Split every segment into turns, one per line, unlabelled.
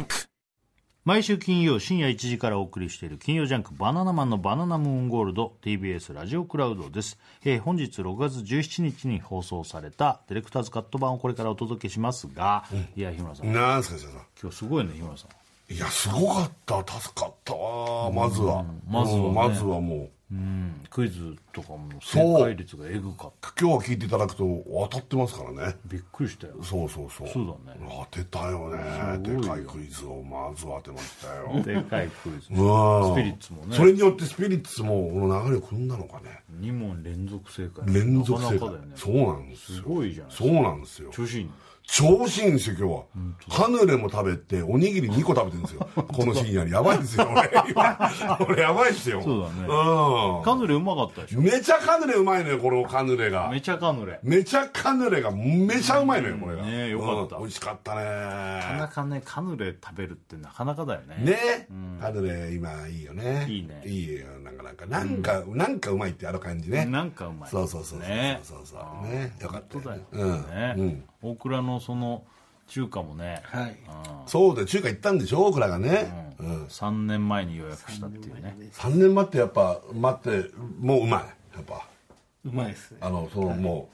ンク毎週金曜深夜1時からお送りしている金曜ジャンクバナナマンのバナナムーンゴールド TBS ラジオクラウドです、えー本日6月17日に放送されたディレクターズカット版をこれからお届けしますが、いや日村さん
なんすかじゃあ
今日すごいね日村さん
いやすごかった助かったわまずは
まずはね
うんまずはもう
うんクイズとかも正解率がえぐかった
今日は聞いていただくと当たってますからね
びっくりしたよ
そうそうそう
そうだね
当てたよねでかいクイズをまず当てましたよ
でかいクイズ
うん
スピリッツもね
それによってスピリッツもこの流れを組んだのかね
2問連続正解
連続正
なかなか
解
だよね
そうなんですよ
すごいじゃない
そうなんですよ
調子いいね
調子いいんですよ今日はカヌレも食べておにぎり2個食べてるんで すよこの深夜にやばいですよ俺今俺やばいですよ
そうだね
う
カヌレうまかったでしょ
んめちゃカヌレうまいのよこのカヌレが
めちゃカヌレ
めちゃカヌレがめちゃうまいのよこれが
うんねよかった
うん美味しかった
なかな
ね
かねカヌレ食べるってなかなかだよね
ねカヌレ今いいよね
いいね
いいよなんかなんかなんかなんかうまいってある感じね
なんかうまい
そうそうそうそう
ね
そうそうねよかった
本当だよ
ねうん
ね、大倉のその中華もね、
はい
そうで中華行ったんでしょ僕らがねうん
3年前に予約したっていうね
3年待ってやっぱ待ってもううまいやっぱ
うまいですね
あのそのも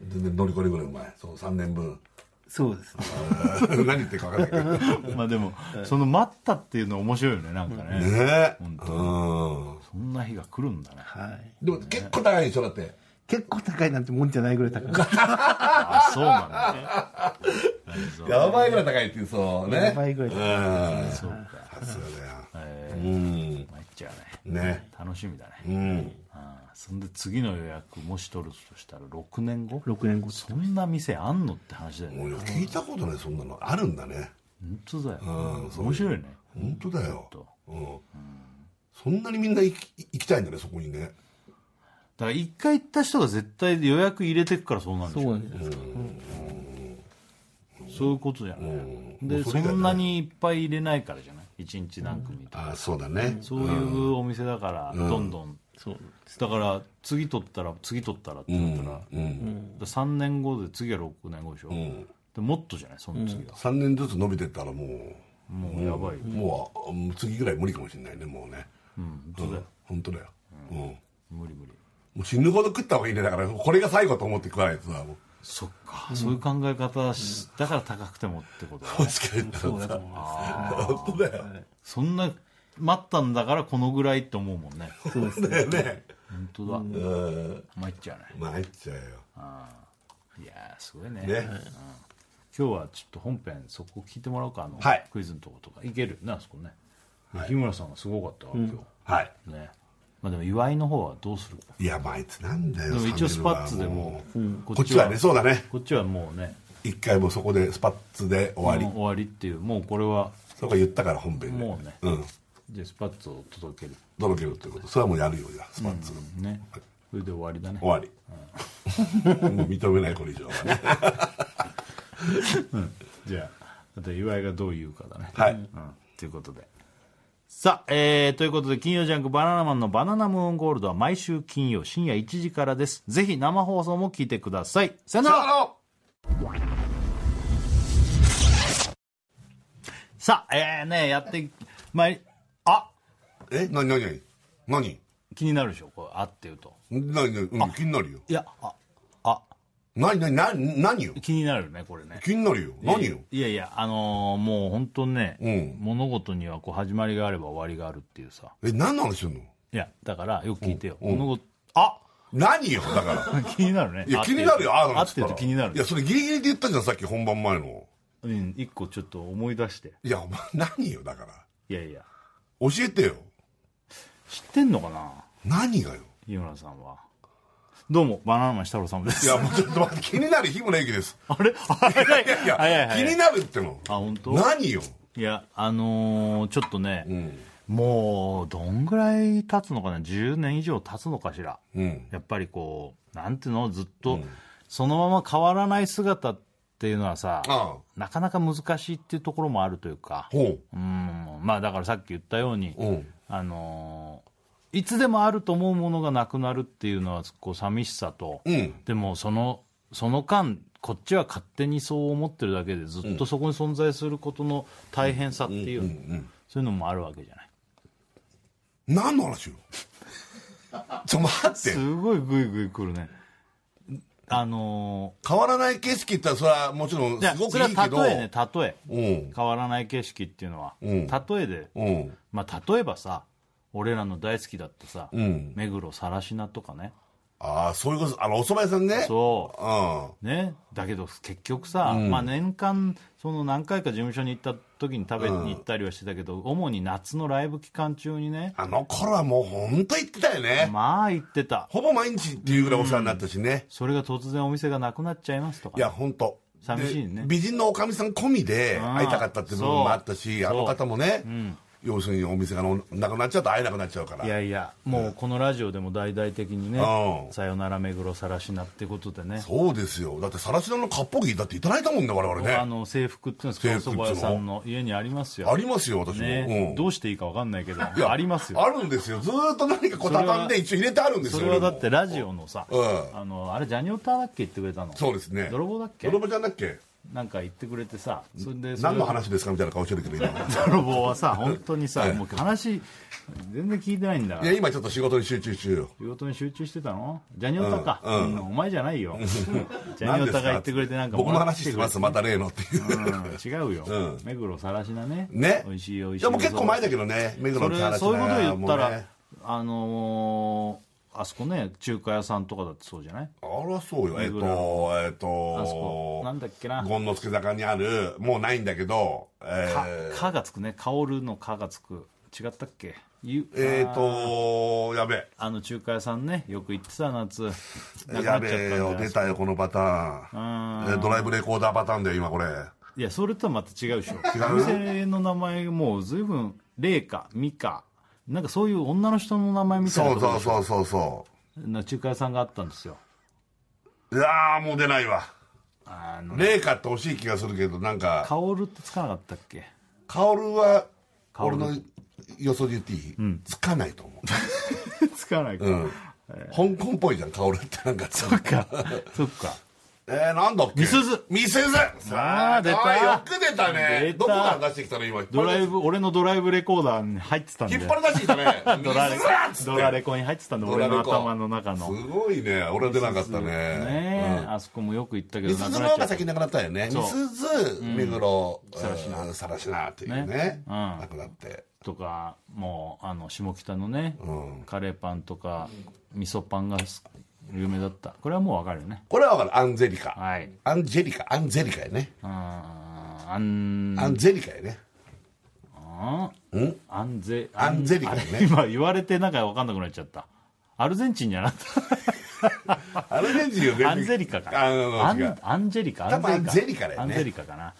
う全然乗り越えるぐらいうまいその3年分
そうですね
何言ってるか分かん ないけ
まあでもその待ったっていうの面白いよねなんかね、
どねえうん
そんな日が来るん だね
はい
でも結構高いでしょだって
結構高いなんてもんじゃないぐらい高い
あそうなんだねそう
やばいぐらい高いっていうそうね
やばいぐらい高い
うん
そうか
さすがだよ
え
う
ー
ん
参っちゃうね
ね
楽しみだね、
うん
あーそんで次の予約もし取るとしたら6年後
6年後
そんな店あんのって話だよね
もう聞いたことないそんなのあるんだね
本当だよ
うんそう
面白いね
本当だよ
ちょっと
うんそんなにみんな行き行きたいんだねそこにね
だから一回行った人が絶対予約入れてくからそうなんで
そ
し
う
ょ
なんじゃないですか
そういうことじゃない、
も
で
う
そ
れがね
んなにいっぱい入れないからじゃない一日何組とか、
あそうだね
そういうお店だから、どんどん
そう
だから次取ったら次取ったらってなったら,、
うん
3年後で次は6年後でしょ、
ん
でもっとじゃないその次が、
3年ずつ伸びてったらも
もうやばいよ、
うもうあもう次ぐらい無理かもしれないねもうね
うん本当だよ、
本当だようんも
無理無理
う死ぬほど食った方がいいねだからこれが最後と思って食わないとさもう
そっか、そういう考え方しだから高くてもってことだね
もしかした
そう
ら
だと
さ
思いま
本当だよ
そんな待ったんだからこのぐらいって思うもんね
すそうですね
だよね
本当だ、
うん
参っちゃうね
参っちゃうよ
いやーすごいね
ね
今日はちょっと本編そこ聞いてもらおうかあの、
はい
クイズのとことかいけるなあそこね、日村さんがすごかったわ今
はい
日、ねまあでも祝いの方はどうするか
いやまああいつなんだよ
でも一応スパッツで
サン
も
デルは
う、
こっちはねそうだね
こっちはもうね
一回もうそこでスパッツで終わり
もう終わりっていうもうこれは
そこは言ったから本編で
もうね
うん
じゃあスパッツを届ける、
届けるってことそれはもうやるよじゃあスパッツ
ねそれで終わりだね
終 わりもう認めないこれ以上はね
じゃああと祝いがどう言うかだね
はい
うんということで。さあ、えーということで、金曜ジャンクバナナマンのバナナムーンゴールドは毎週金曜深夜1時からです。ぜひ生放送も聞いてください。さよならさあ、えーね、やって、まい、あ
え何何何何
気になるでしょこれ、あっていうと。
何何うん気になるよ
いや、あ、あ、
何何何何よ
気になるね、これね。
気になるよ何よ
いやいや、あのーもう本当ね、
うん
物事にはこう始まりがあれば終わりがあるっていうさ。
え何の話してんの
いや、だから、よく聞いてよ。物事、あ
何よだから
気になるね。
いや気になるよあ
あ
あ
っていうと気になる
いや。それギリギリで言ったじゃんさっき本番前の
うん、一個ちょっと思い出して。
いやお前何よだから
いやいや。
教えてよ
知ってんのかな
何がよ
井村さんは。どうも、バナナマン設楽さんで
い
す。
やもうちょっと待って気になる日村ゆきです
あれ 早い
いやいや
早い早い。
気になるっての
あ、本当？
何よ
いや、あのーちょっとね、
うん
もう、どんぐらい経つのかな ?10 年以上経つのかしら。
うん
やっぱりこう、なんていうのずっと、そのまま変わらない姿っていうのはさ、
ああ
なかなか難しいっていうところもあるというか。
ほ
うんまあだからさっき言ったように、
ううん
あのーいつでもあると思うものがなくなるっていうのはこう寂しさと、
うん
でもそのその間こっちは勝手にそう思ってるだけでずっとそこに存在することの大変さっていう、そういうのもあるわけじゃない
何の話よ ちょ待って
すごいグイグイくるねあの
変わらない景色ってそれはもちろん
ー、じゃ
す
あ
ご
そ
く
れ
い
はい
けど
例えね例え
うん
変わらない景色っていうのは、
うん
例えで、
うん
まあ、例えばさ俺らの大好きだったさ、
うん
目黒更科とかね
ああそういうことあのお蕎麦屋さんね
そう
うん
ね、だけど結局さ、まあ、年間その何回か事務所に行った時に食べに行ったりはしてたけど、主に夏のライブ期間中にね
あの頃はもう本当行ってたよね。
まあ行ってた
ほぼ毎日っていうぐらいお世話になったしね。
それが突然お店がなくなっちゃいますとか
いや、本当
寂しいね
で美人のおかみさん込みで
うん
会いたかったっていう部分もあったし、
そう
あの方もね、要するにお店がのなくなっちゃうと会えなくなっちゃうから。
いやいやもうこのラジオでも大々的にね
う
「
ん
さよなら目黒さらしな」ってことでね
そうですよ。だって、さらしなのかっぽぎだっていただいたもんね、我々
あ
ね。
の制服っていうんですかお
制服
蕎麦屋
っつうの
さんの家にありますよ
ありますよ、私も。
ね、
うん
どうしていいか分かんないけど
いや
ありますよ
あるんですよ。ずーっと何かこう畳んで一応入れてあるんですよ。
それはだっ
俺
て
も。
ラジオのさ、
うん
あのあれジャニオターだっけ言ってくれたの
そうですね。
泥棒だっけ
泥棒じゃなっけ
なんか言ってくれてさそれでそれ
何の話ですかみたいな顔してるけど、今。
泥棒はさ本当にさ、
はい
もう話全然聞いてないんだか
い
ら
や、今ちょっと仕事に集中中よ。
仕事に集中してたのジャニオタか、
うんうん
うんお前じゃないよジャニオタが言ってくれてなんか
僕の話しててますまた例のっていう、
違 うよ、
うん
目黒さらしなね
ね
美味しい美味しい
やもう結構前だけどね目黒
そ
の
れ
話ね
そういうこと言ったら、
もうね
あのーあそこね中華屋さんとかだってそうじゃない
あらそうよえっ、
目
とえっ、と
あそこなんだっけな
権之助坂にあるもうないんだけどえ
か
ー、
かがつくね薫のかがつく違ったっけゆ
えー
あー
とやべ
あの中華屋さんねよく行ってた夏なくなっちゃった
や
んだ
べ
よ
えよ出たよこのパターン
う
えードライブレコーダーパターンだよ今これ
いやそれとはまた違うでしょ
う
お店の名前もう随分麗華美香なんかそういう女の人の名前みたいな
そう
とこ
そうそうそうそ
な中華屋さんがあったんですよ
ういやーもう出ないわ
あの
麗華って欲しい気がするけどなんか
薫ってつかなかったっけ
薫は
薫
俺の予想で言っていい、つかないと思う
つかないか、
うん香港っぽいじゃん、薫ってな んか。そ
そっかそっか
えー、なんだっけ
みすず
みすず
あー出た
ーよく出たね
出た
どこから出してきたの今。
ドライブ俺のドライブレコーダーに入ってたんで
引っ張り出してきたね。
ドラレ
みすずだっつって
ドラレコに入ってたんで俺の
ドラレコ
頭の中の
すごいね。俺は出なかったね。
ねあそこもよく行ったけ
み
ど
す
な
ず
く
の
なっち
方
ゃ
が
った
先に亡くなったよね。
そう
みすず、目黒、
さらしな
うんさらしなっていうね。
ねうん
亡くなって。
とかもうあの下北のね、
うん
カレーパンとか味噌パンがす有名だったこれはもうわかるよね
これはわかる。アンゼリカ。
はい
アンジェリカ、アンゼリカやね。
うーんアン
アンゼリカやね。ん
アンゼ
アンゼリカね
あ今言われてなんかわかんなくなっちゃったアルゼンチンじゃなかっ
アルゼンチンよ全然
たアンゼリカか
あの
ア
違
ン
う
アンジェリカ
多分アンゼリカだよね
アンゼリカかな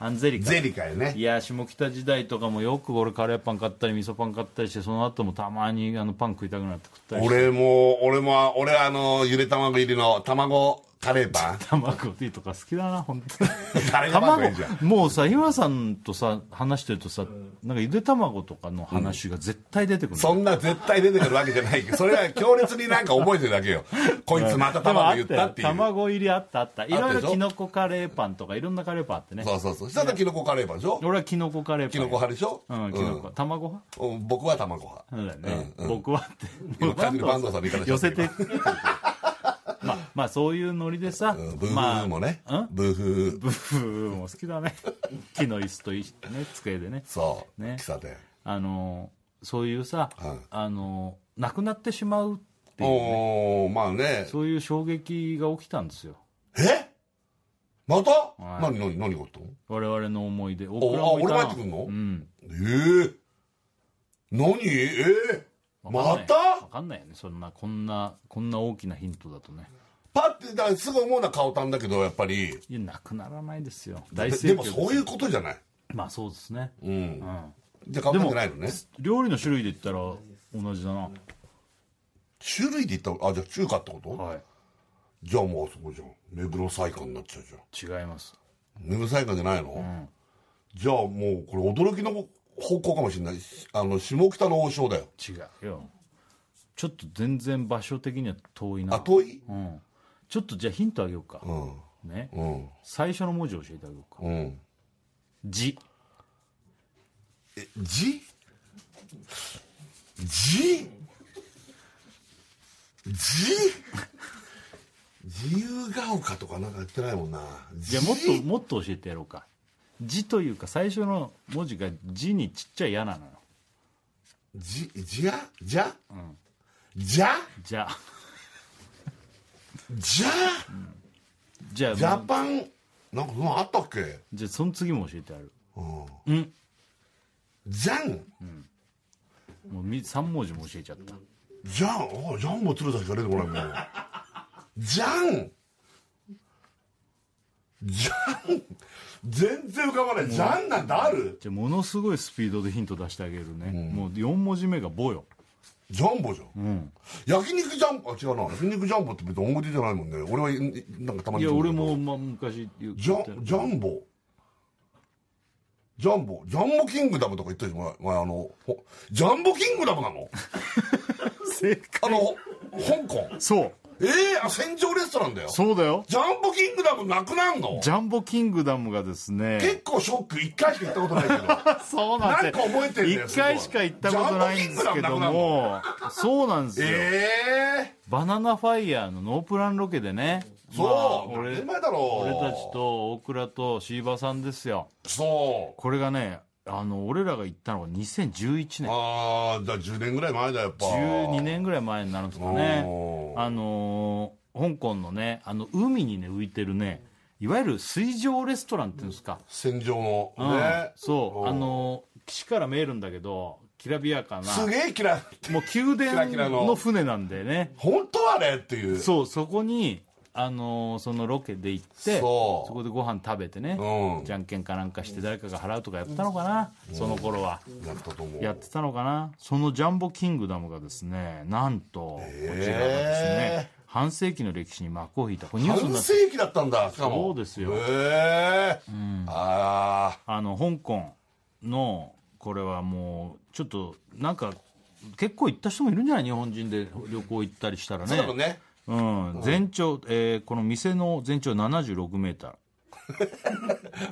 アンゼリカ
ゼリカやね
い。や下北時代とかもよく俺カレーパン買ったり味噌パン買ったりしてその後もたまにあのパン食いたくなって食ったりして
俺も俺も俺あのゆで卵入りの卵カレーパン
卵ティーとか好きだな本当に
誰がバカ
卵
言うじゃん
もうさ日村さんとさ話してるとさなんかゆで卵とかの話が絶対出てくる、
そんな絶対出てくるわけじゃないけどそれは強烈になんか覚えてるだ けよこいつまた
でもあ
卵
っ
言ったた
よ
っていう
卵入りあったあったい
あった
ろい
でしょ
ろきのこカレーパンとかいろんなカレーパンあってね
そうそうそうしたらキノコカレーパンでしょ
俺はきのこカレーパン
キノコ派でしょ
うんきのこ卵派
うん僕は卵派
そうだよね、僕はって
今完全に坂東さんの言い方しちゃ
寄
っ
せ
た
て まあまあそういうノリでさ、
うんブーフ
ま
ー
あ
もね
まあん
ブーフー
ブーフーも好きだね 木の椅子といいね机でね
そう
ね
喫茶店
あのそういうさ、
はい
あのなくなってしまうっていうね、
おーまあね
そういう衝撃が起きたんですよ
えまた
はい
何何何があったの
我々の思い出大
あ俺も入ってくんの
うん
ええ何ええまた
分かんないよねそんなこんなこんな大きなヒントだとね
パッてだからすぐ思うのは顔たんだけどやっぱり
いやなくならないですよ
で
大盛
で
況
もそういうことじゃない
まあそうですね
うん
うん
じゃあ顔
で
た
も
んじゃないのね
料理の種類で言ったら同じだな
種類で言ったらあじゃあ中華ってこと、
はい
じゃあもうあそこじゃん目黒菜館になっちゃうじゃん
違います
目黒菜館じゃないの、じゃあもうこれ驚きの方向かもしれないしあの下北の王将だよ
違うよちょっと全然場所的には遠いな
あ遠い
うんちょっとじゃあヒントあげようか、
うん
ね
うん
最初の文字を教えてあげようか
うん
字
え字字字自由が丘とかなんかやってないもんな
じゃあもっともっと教えてやろうか字というか最初の文字が字にちっちゃい「や」なのよ
じじゃじゃ、じゃ
じゃあ
じゃ
じゃあ
ジャパンなんかそんなのあったっけ
じゃあその次も教えてやる
じゃん
もう3文字も教えちゃった
じゃんあジャンボ鶴田しか出てこないもんじゃんじゃん全然浮かばないじゃんなんてある
じゃあものすごいスピードでヒント出してあげるね、もう4文字目が「ぼ」よ
ジャンボじゃん、焼肉ジャンボあ違うな焼肉ジャンボって別に表じゃないもんね俺はいなんかたま
い
に
や俺も、まあ、昔言っ
ジャジャンボジャンボジャンボキングダムとか言ったじゃん前前あのほジャンボキングダ ムなの
正解
あの香港
そう
ええあ戦場レストランだよ
そうだよ
ジャンボキングダムなくなんの
ジャンボキングダムがですね
結構ショック1回しか行ったことないけどなんか
そうなんですよ
覚えてるんだよ
1回しか行ったことないんですけどもそうなんですよ、
ええ
バナナファイヤーのノープランロケでね
ー、そう、
まあ
何
俺
年前だろう
俺たちと大倉と椎葉さんですよ
そう
これがねあの俺らが行ったのが2011年
ああだから10年ぐらい前だやっぱ
12年ぐらい前になるんですかね
おー
あのー香港のねあの海にね浮いてるねいわゆる水上レストランっていうんですか、
戦場の
うん
ね、
そう
おー
あのー岸から見えるんだけどきらびやかな
すげえ嫌い
もう宮
キラキラ
殿
の
の船なんでね
本当あれっていう
そうそこにあのーそのロケで行って
そう
こでご飯食べてね、
うん
じゃんけんかなんかして誰かが払うとかやったのかな、その頃は
やったと思う
やってたのかなそのジャンボキングダムがですねなんとこちらがですね、
へ
半世紀の歴史に幕を引いたこれニュースに
半
なって
世紀だったんだしかも
そうですよ
へえあ
あの香港のこれはもうちょっとなんか結構行った人もいるんじゃない日本人で旅行行ったりしたら
あそうだろうね
うん、全長、えーこの店の全長76メーター。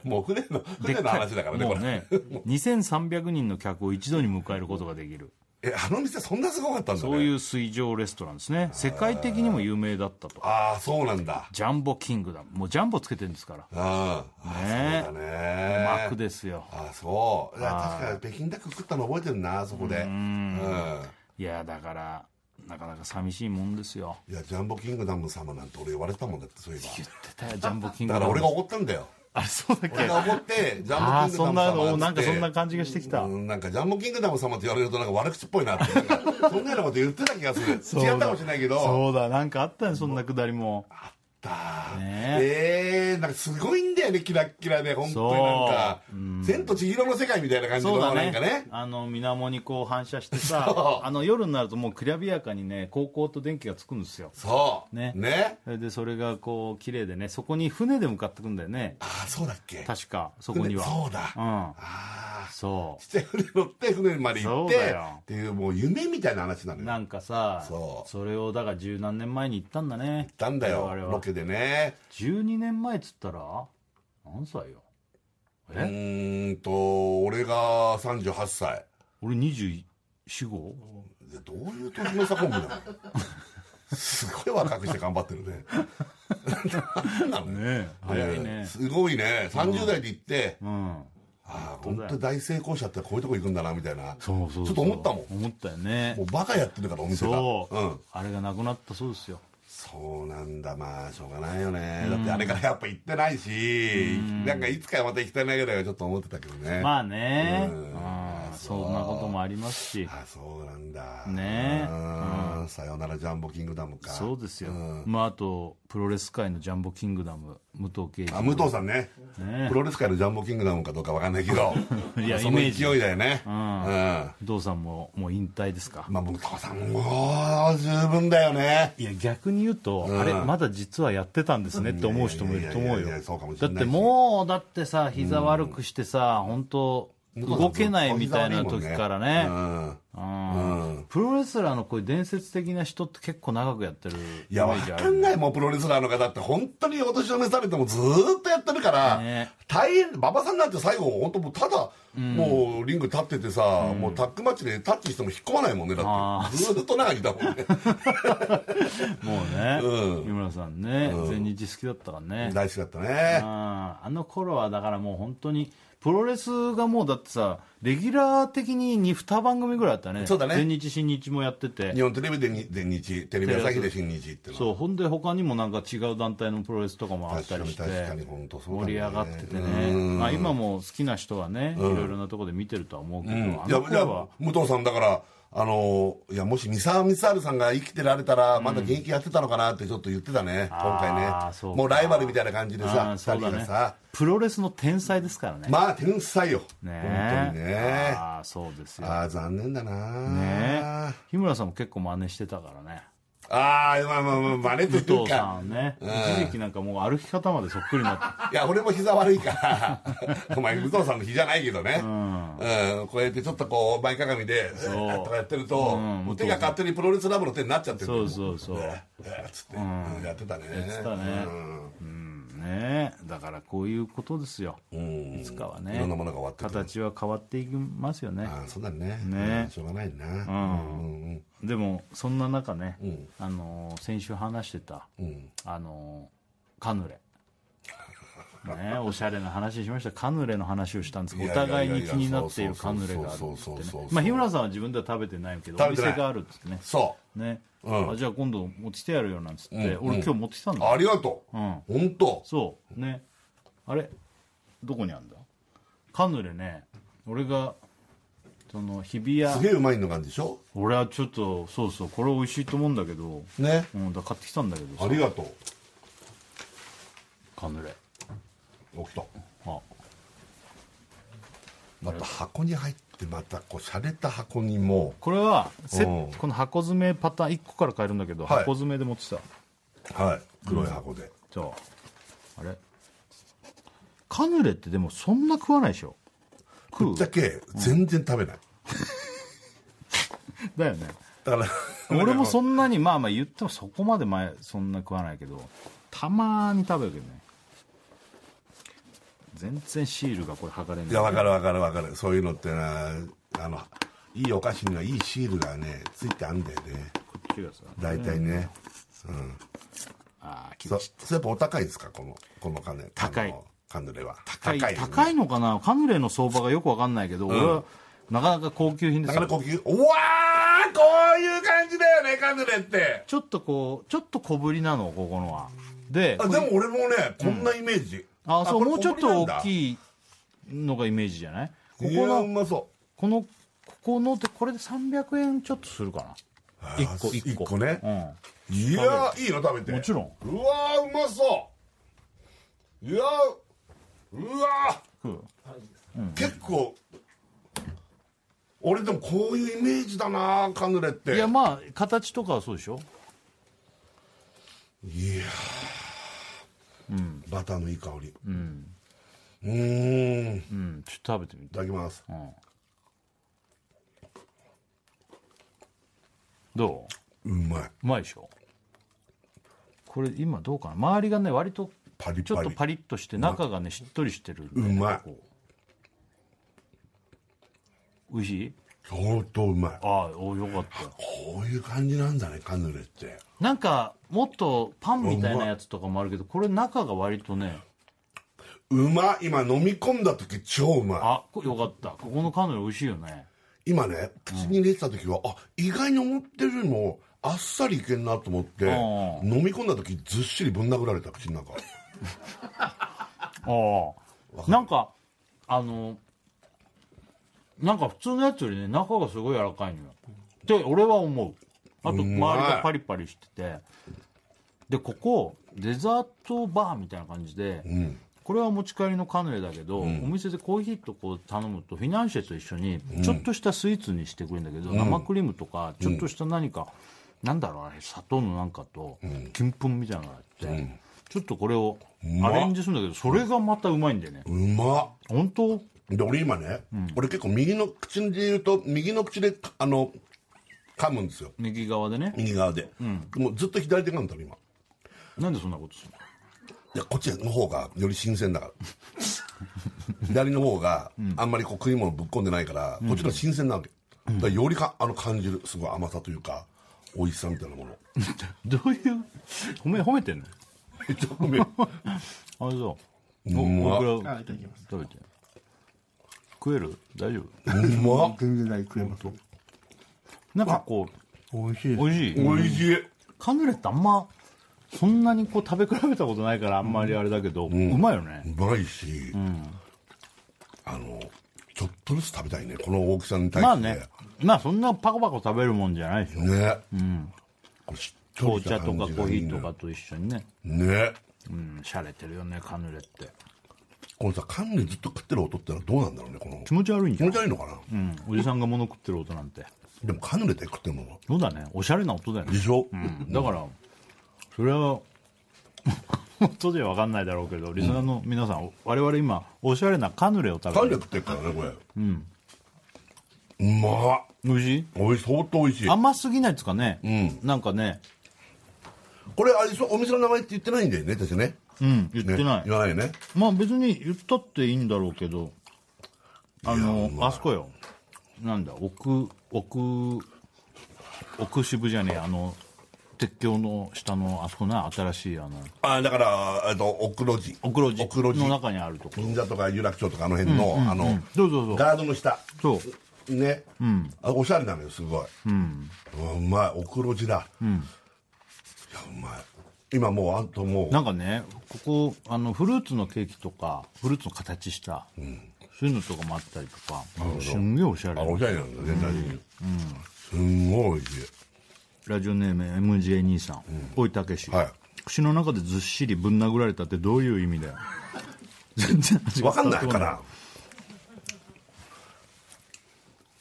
もう船の船の話だからね
も
こ
う
れ
ね、2300人の客を一度に迎えることができる。
えあの店そんなすごかったんだね
そういう水上レストランですね。世界的にも有名だったと。
ああそうなんだ
ジャンボキングダム。もうジャンボつけてるんですから。
うんあ
ね
ーそうだ
マーク
ね
ですよ。
あーそういや確か北京ダック食ったの覚えてるなあそこでうん
いや、だから、なかなか寂しいもんですよ。
いやジャンボキングダム様なんて俺呼ばれてたもんだってそういえ
言って たよ、ジャンボキング
ば
ダ
だ
ム。
から俺が怒ったんだよ
あれ、そうだっ
俺
け
が怒ってジ
あ
ャ
あ、
ンボキ
そ
ングダ
ん
ム様
な の、
っつ
な
っ
ん
て
かそんな感じがしてきた。
うん、なんかジャンボキングダム様って言われるとなんか悪口っぽいなってなんかそんなようなこと言ってた気がする
うだ
違ったかもしれないけど
そうだ、なんかあったね、そんなくだりも。
だ
ね
えー、なんかすごいんだよねキラッキラで本当になんか「千と千尋の世界」みたいな感じ
そうだ
の
ね
なんかね
あの水面にこう反射して
そ
さ
う
あの夜になるともうきらびやかにね高校と電気がつくんですよ
そう
ね
ね
それでそれがこう綺麗でねそこに船で向かってくんだよね
ああそうだっけ
確かそこには
船そうだ
うん
ああ
そ
ちっちゃい船乗って船まで行っ
そうだ
て
よ
っていうもう夢みたいな話なの
う
よ
なんかさ
そう
れをだから十何年前に行ったんだね行っ
行ったんだよ
我々
ロ
は
ケでね
12年前っつったら何歳よ
う
え
ーんと俺が38歳
俺2 4号
でどういう年の差コンビな のすごい若くして頑張ってるねなんなの
ね
ね
え 早い
え
ね
すごいね30代で行って、
うん
ああ
本
本
当だよ
当大成功者ってこういうとこ行くんだなみたいな
そうそうそう
ちょっと思ったもん
思ったよね
もうバカやってるからお店が
そう、
ん、
あれがなくなったそうですよ
そうなんだまあしょうがないよねだってあれからやっぱ行ってないしなんかいつかまた行きたいなぐらいはちょっと思ってたけどね、
まあね
う
うんんそんなこともありますし
ああそうなんだ
ねえ
うんさよならジャンボキングダムか
そうですよ、
ん
まああとプロレス界のジャンボキングダム武藤敬司
あ武藤さんね
ね
プロレス界のジャンボキングダムかどうかわかんないけど
いや
そ
イ
の
メージ
勢いだよねうん、
武藤さんももう引退ですか
まあ武藤さんも十分だよね
いや逆に言うと、あれまだ実はやってたんですねって思う人もいると思う
いやいやいやいやいや
よ
そうかもし
だ
れ
っ
ない
てもうだってさ膝悪くしてさ、本当動けないみたいな時からね
うん
うんプロレスラーのこういう伝説的な人って結構長くやってる
いや、
イメ
わ
ージあ
か
る
んないもん、プロレスラーの方って、本当にお年を召されてもずーっとやってるから、
ね
大変、馬場さんなんて最後、本当もうただ、もうリング立っててさ、もうタックマッチでタッチしても引っ込まないもんね、だ
あ
って。ずーっと中にいたもんね。
もうね、
うん
井村さんね、全日好きだったから ね、
大好きだった
うん
ね。
あの頃はだからもう本当にプロレスがもうだってさレギュラー的に 2, 番組ぐらいあったね
そうだね
全日新日もやってて
日本テレビでに全日、テレビ朝日で新日ってのは
そうほんで他にもなんか違う団体のプロレスとかもあった
確
り
かに
して
確かに本当そうだね
盛り上がってて
う
ね、
ん
まあ、今も好きな人はね、いろいろなところで見てるとは思うけど、あ
いや
の
いや
頃は
武藤さんだからあのいやもし三沢光晴さんが生きてられたらまだ現役やってたのかなってちょっと言ってたね、今
あ
回
ー
ね
そうか
もうライバルみたいな感じで
あ
さ
ー
二
そう
人
だ
が
ね
さ、
プロレスの天才ですからね
まあ天才よ、
ね
本当にね
ああそうですよね
ああ残念だな
え日村さんも結構真似してたからね
ああまあまあまあ真似
武
という
藤
か
さんね一時期なんかもう歩き方までそっくりになっ て
いや俺も膝悪いから お前武藤さんの日じゃないけどね、うんこうやってちょっとこう前かがみでうわーっとかやってると、
うん
もう手が勝手にプロレスラブの手になっちゃってる
そうそうそう
えーつって、うんやってたね
やってたねうんねえだからこういうことですよ
うん、うん
いつかはいね
ろんなものが終わってくる
形は変わっていきますよね
ああそうだね
ね
うんしょうがないな、うんうん
でもそんな中ね
ん
あのー先週話してた
うんうん
あのーカ ヌレねえおしゃれな話しましたカヌレの話をしたんですけどお
いやいや
互
い
い
やいや
に気になっているカヌレがあるって
そう
言
そ
っ
うそう
て
そうそう
ねまあ日村さんは自分では食べてないけどお
食べてない
店があるっつってね
そ
ね、
うん
あじゃあ今度持ってきてやるよなんつって、
うん
俺今日持ってきたん
う
だ、
ありがとう、
うん
本当
そうねあれどこにあるんだカヌレね俺がその日比
す
谷
げえうまいのがあるんでしょ
俺はちょっとそうそうこれ美味しいと思うんだけど、
ね
うん、だから買ってきたんだけど
あ
さ
りがと
カヌレ
う起きた
あ
また箱に入ってまたこう洒落た箱にも
これはセ
うん
この箱詰めパターン1個から買えるんだけど、
はい
箱詰めで持ってきた
はい黒い箱で、
じゃああれカヌレってでもそんな食わないでしょ食
ぶっちゃ
う
け全然食べない、
だよね
だから
俺もそんなにまあまあ言ってもそこまで前そんな食わないけどたまに食べるけどね全然シールがこれ剥がれない
いや、わかるわかるわかる。そういうのってな、あの、いいお菓子にはいいシールがね、ついてあんだよね。
こっちがさ
大体ね。
ああ気
そ
持
う、
ち
それやっぱお高いですかこの、この金。
高い
あの。カンドレは。
高い
ですね
高いのかなカヌレの相場がよくわかんないけど、俺はなかなか高級品で
な
す
かな
よ
か高級。うわーこういう感じだよね、カンドレって。
ちょっとこうちょっと小ぶりなのここのはで
あ、でも俺もね、こんなイメージ。
あそうもうちょっと大
い。
きいのがイメージじゃないこ
こ
こ
こが
の
うまそ
このここのってこれで300円ちょっとするかな
う。
1個1個
一個ね。
うん
いやーいいの食べて。
もちろん。
うわーうまそう。いやーうわー
食う
結構俺でもこういうイメージだなカヌレって
いやまあ形とかはそうでしょ
いやーバターのいい香りうんうーんい
うんちょっと食べてみて
ただきます
どう
うまいう
まいでしょこれ今どうかな周りがね割と
パリパリ
ちょっとパリッとして中がねしっとりしてるんでね
うまい
こ美味しい
相当うまい
ああおよかった
こういう感じなんだねカヌレって
なんかもっとパンみたいなやつとかもあるけどこれ中が割とね
うまい今飲み込んだ時超うま
あこれよかったここのカヌレ美味しいよね
い今ね口に入れてた時は、あ意外に思ってるよりもあっさりいけんなと思って
う
飲み込んだ時ずっしりぶん殴られた口の中
ああなんかあのなんか普通のやつよりね中がすごい柔らかいのよって俺は思うあと周り
まい
がパリパリしててでここデザートバーみたいな感じで、
うん
これは持ち帰りのカヌレだけど、お店でコーヒーとこう頼むとフィナンシェと一緒にちょっとしたスイーツにしてくれるんだけど、生クリームとかちょっとした何か、なんだろうね砂糖のなんかと金粉みたいなのがあって、ちょっとこれを
ま
ア
っ
レンジするんだけどそれがまたうまいんだよね、
うまっ
本当
で俺今ね、俺結構右の口で言うと右の口であの噛むんですよ
右側でね
右側で、もうずっと左手噛んだの今
なんでそんなことするの
いやこっちの方がより新鮮 だから左の方があんまりこう食い物ぶっ込んでないから、こっちの方が新鮮なわけ、だからよりかあの感じるすごい甘さというか美味しさみたいなもの
どういう褒め褒めてんの
めっちゃごめん
あれそう
うまっ
僕
あ
ら
いただきます
食べて食える大丈夫
うまっ
全然大食えます
なんかこう
美味しい
美味しい
美味しい
カヌレってあんまそんなにこう食べ比べたことないからあんまりあれだけど、うまいよね
うまいし、あのちょっとずつ食べたいねこの大きさに対
まあ
して、
ねまあそんなパコパコ食べるもんじゃないでしょ
ね、これしっと
紅
りした
茶とか
感じ
コー
が
ヒ
いい
ー
ね
とかと一緒にね
ね
うん洒落てるよねカヌレって
このさ缶でずっと食ってる音ってのはどうなんだろうねこの
気持ち悪いん
気
じゃん
持ち悪いのかな、
うん、おじさんが物食ってる音なんて
でもカヌレで食ってるのは
そうだねおしゃれな音だよね
でしょ、
だからそれは 音では分かんないだろうけどリスナーの皆さん、我々今おしゃれなカヌレを食べ
カ
て
ヌレ
る
食ってるからねこれうんうまっ
美味しい
おい相当美味しい
甘すぎないですかね、なんかね
これあれでしょお店の名前って言ってないんだよね確かね
うん言ってない、
ね言わないよね
まあ別に言ったっていいんだろうけどあのあそこよなんだ奥奥奥渋じゃねえあの鉄橋の下のあそこな新しいあの
あだからえっと奥路地
奥路地
奥路地
の中にあるとこ
銀座とか有楽町とかあの辺の、あの、
そうそうそう
ガードの下
そう
ね、あおしゃれなのよすごい、うん、うまいおくろじだ、いやうまい今もうあんともう
なんかねここあのフルーツのケーキとかフルーツの形した、そういうのとかもあったりとかすんげえおしゃ
あ
れ
おしゃれなんだね大事に、うん、すんごいおいし
ラジオネーム MJ 兄さん大分武
はい
口の中でずっしりぶん殴られたってどういう意味だ よ全然
い
味
わ
が伝
かん
わ
な
って
い
こ
から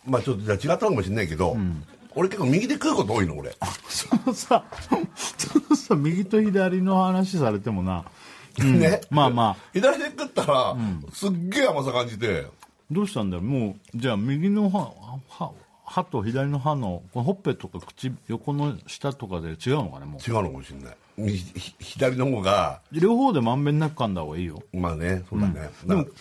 まあちょっとじゃあ違ったのかもしれないけど、俺結構右で食うこと多いの俺
そのさそのさ右と左の話されてもな
ね
まあまあ
左で食ったら、すっげえ甘さ感じて
どうしたんだろうもうじゃあ右の歯歯歯と左の歯のこのほっぺとか口横の下とかで違うのかねもう
違うのかもしれないみひ左の方が
両方でまんべんなく噛んだ方がいいよ
まあねそうだね、
でも
だら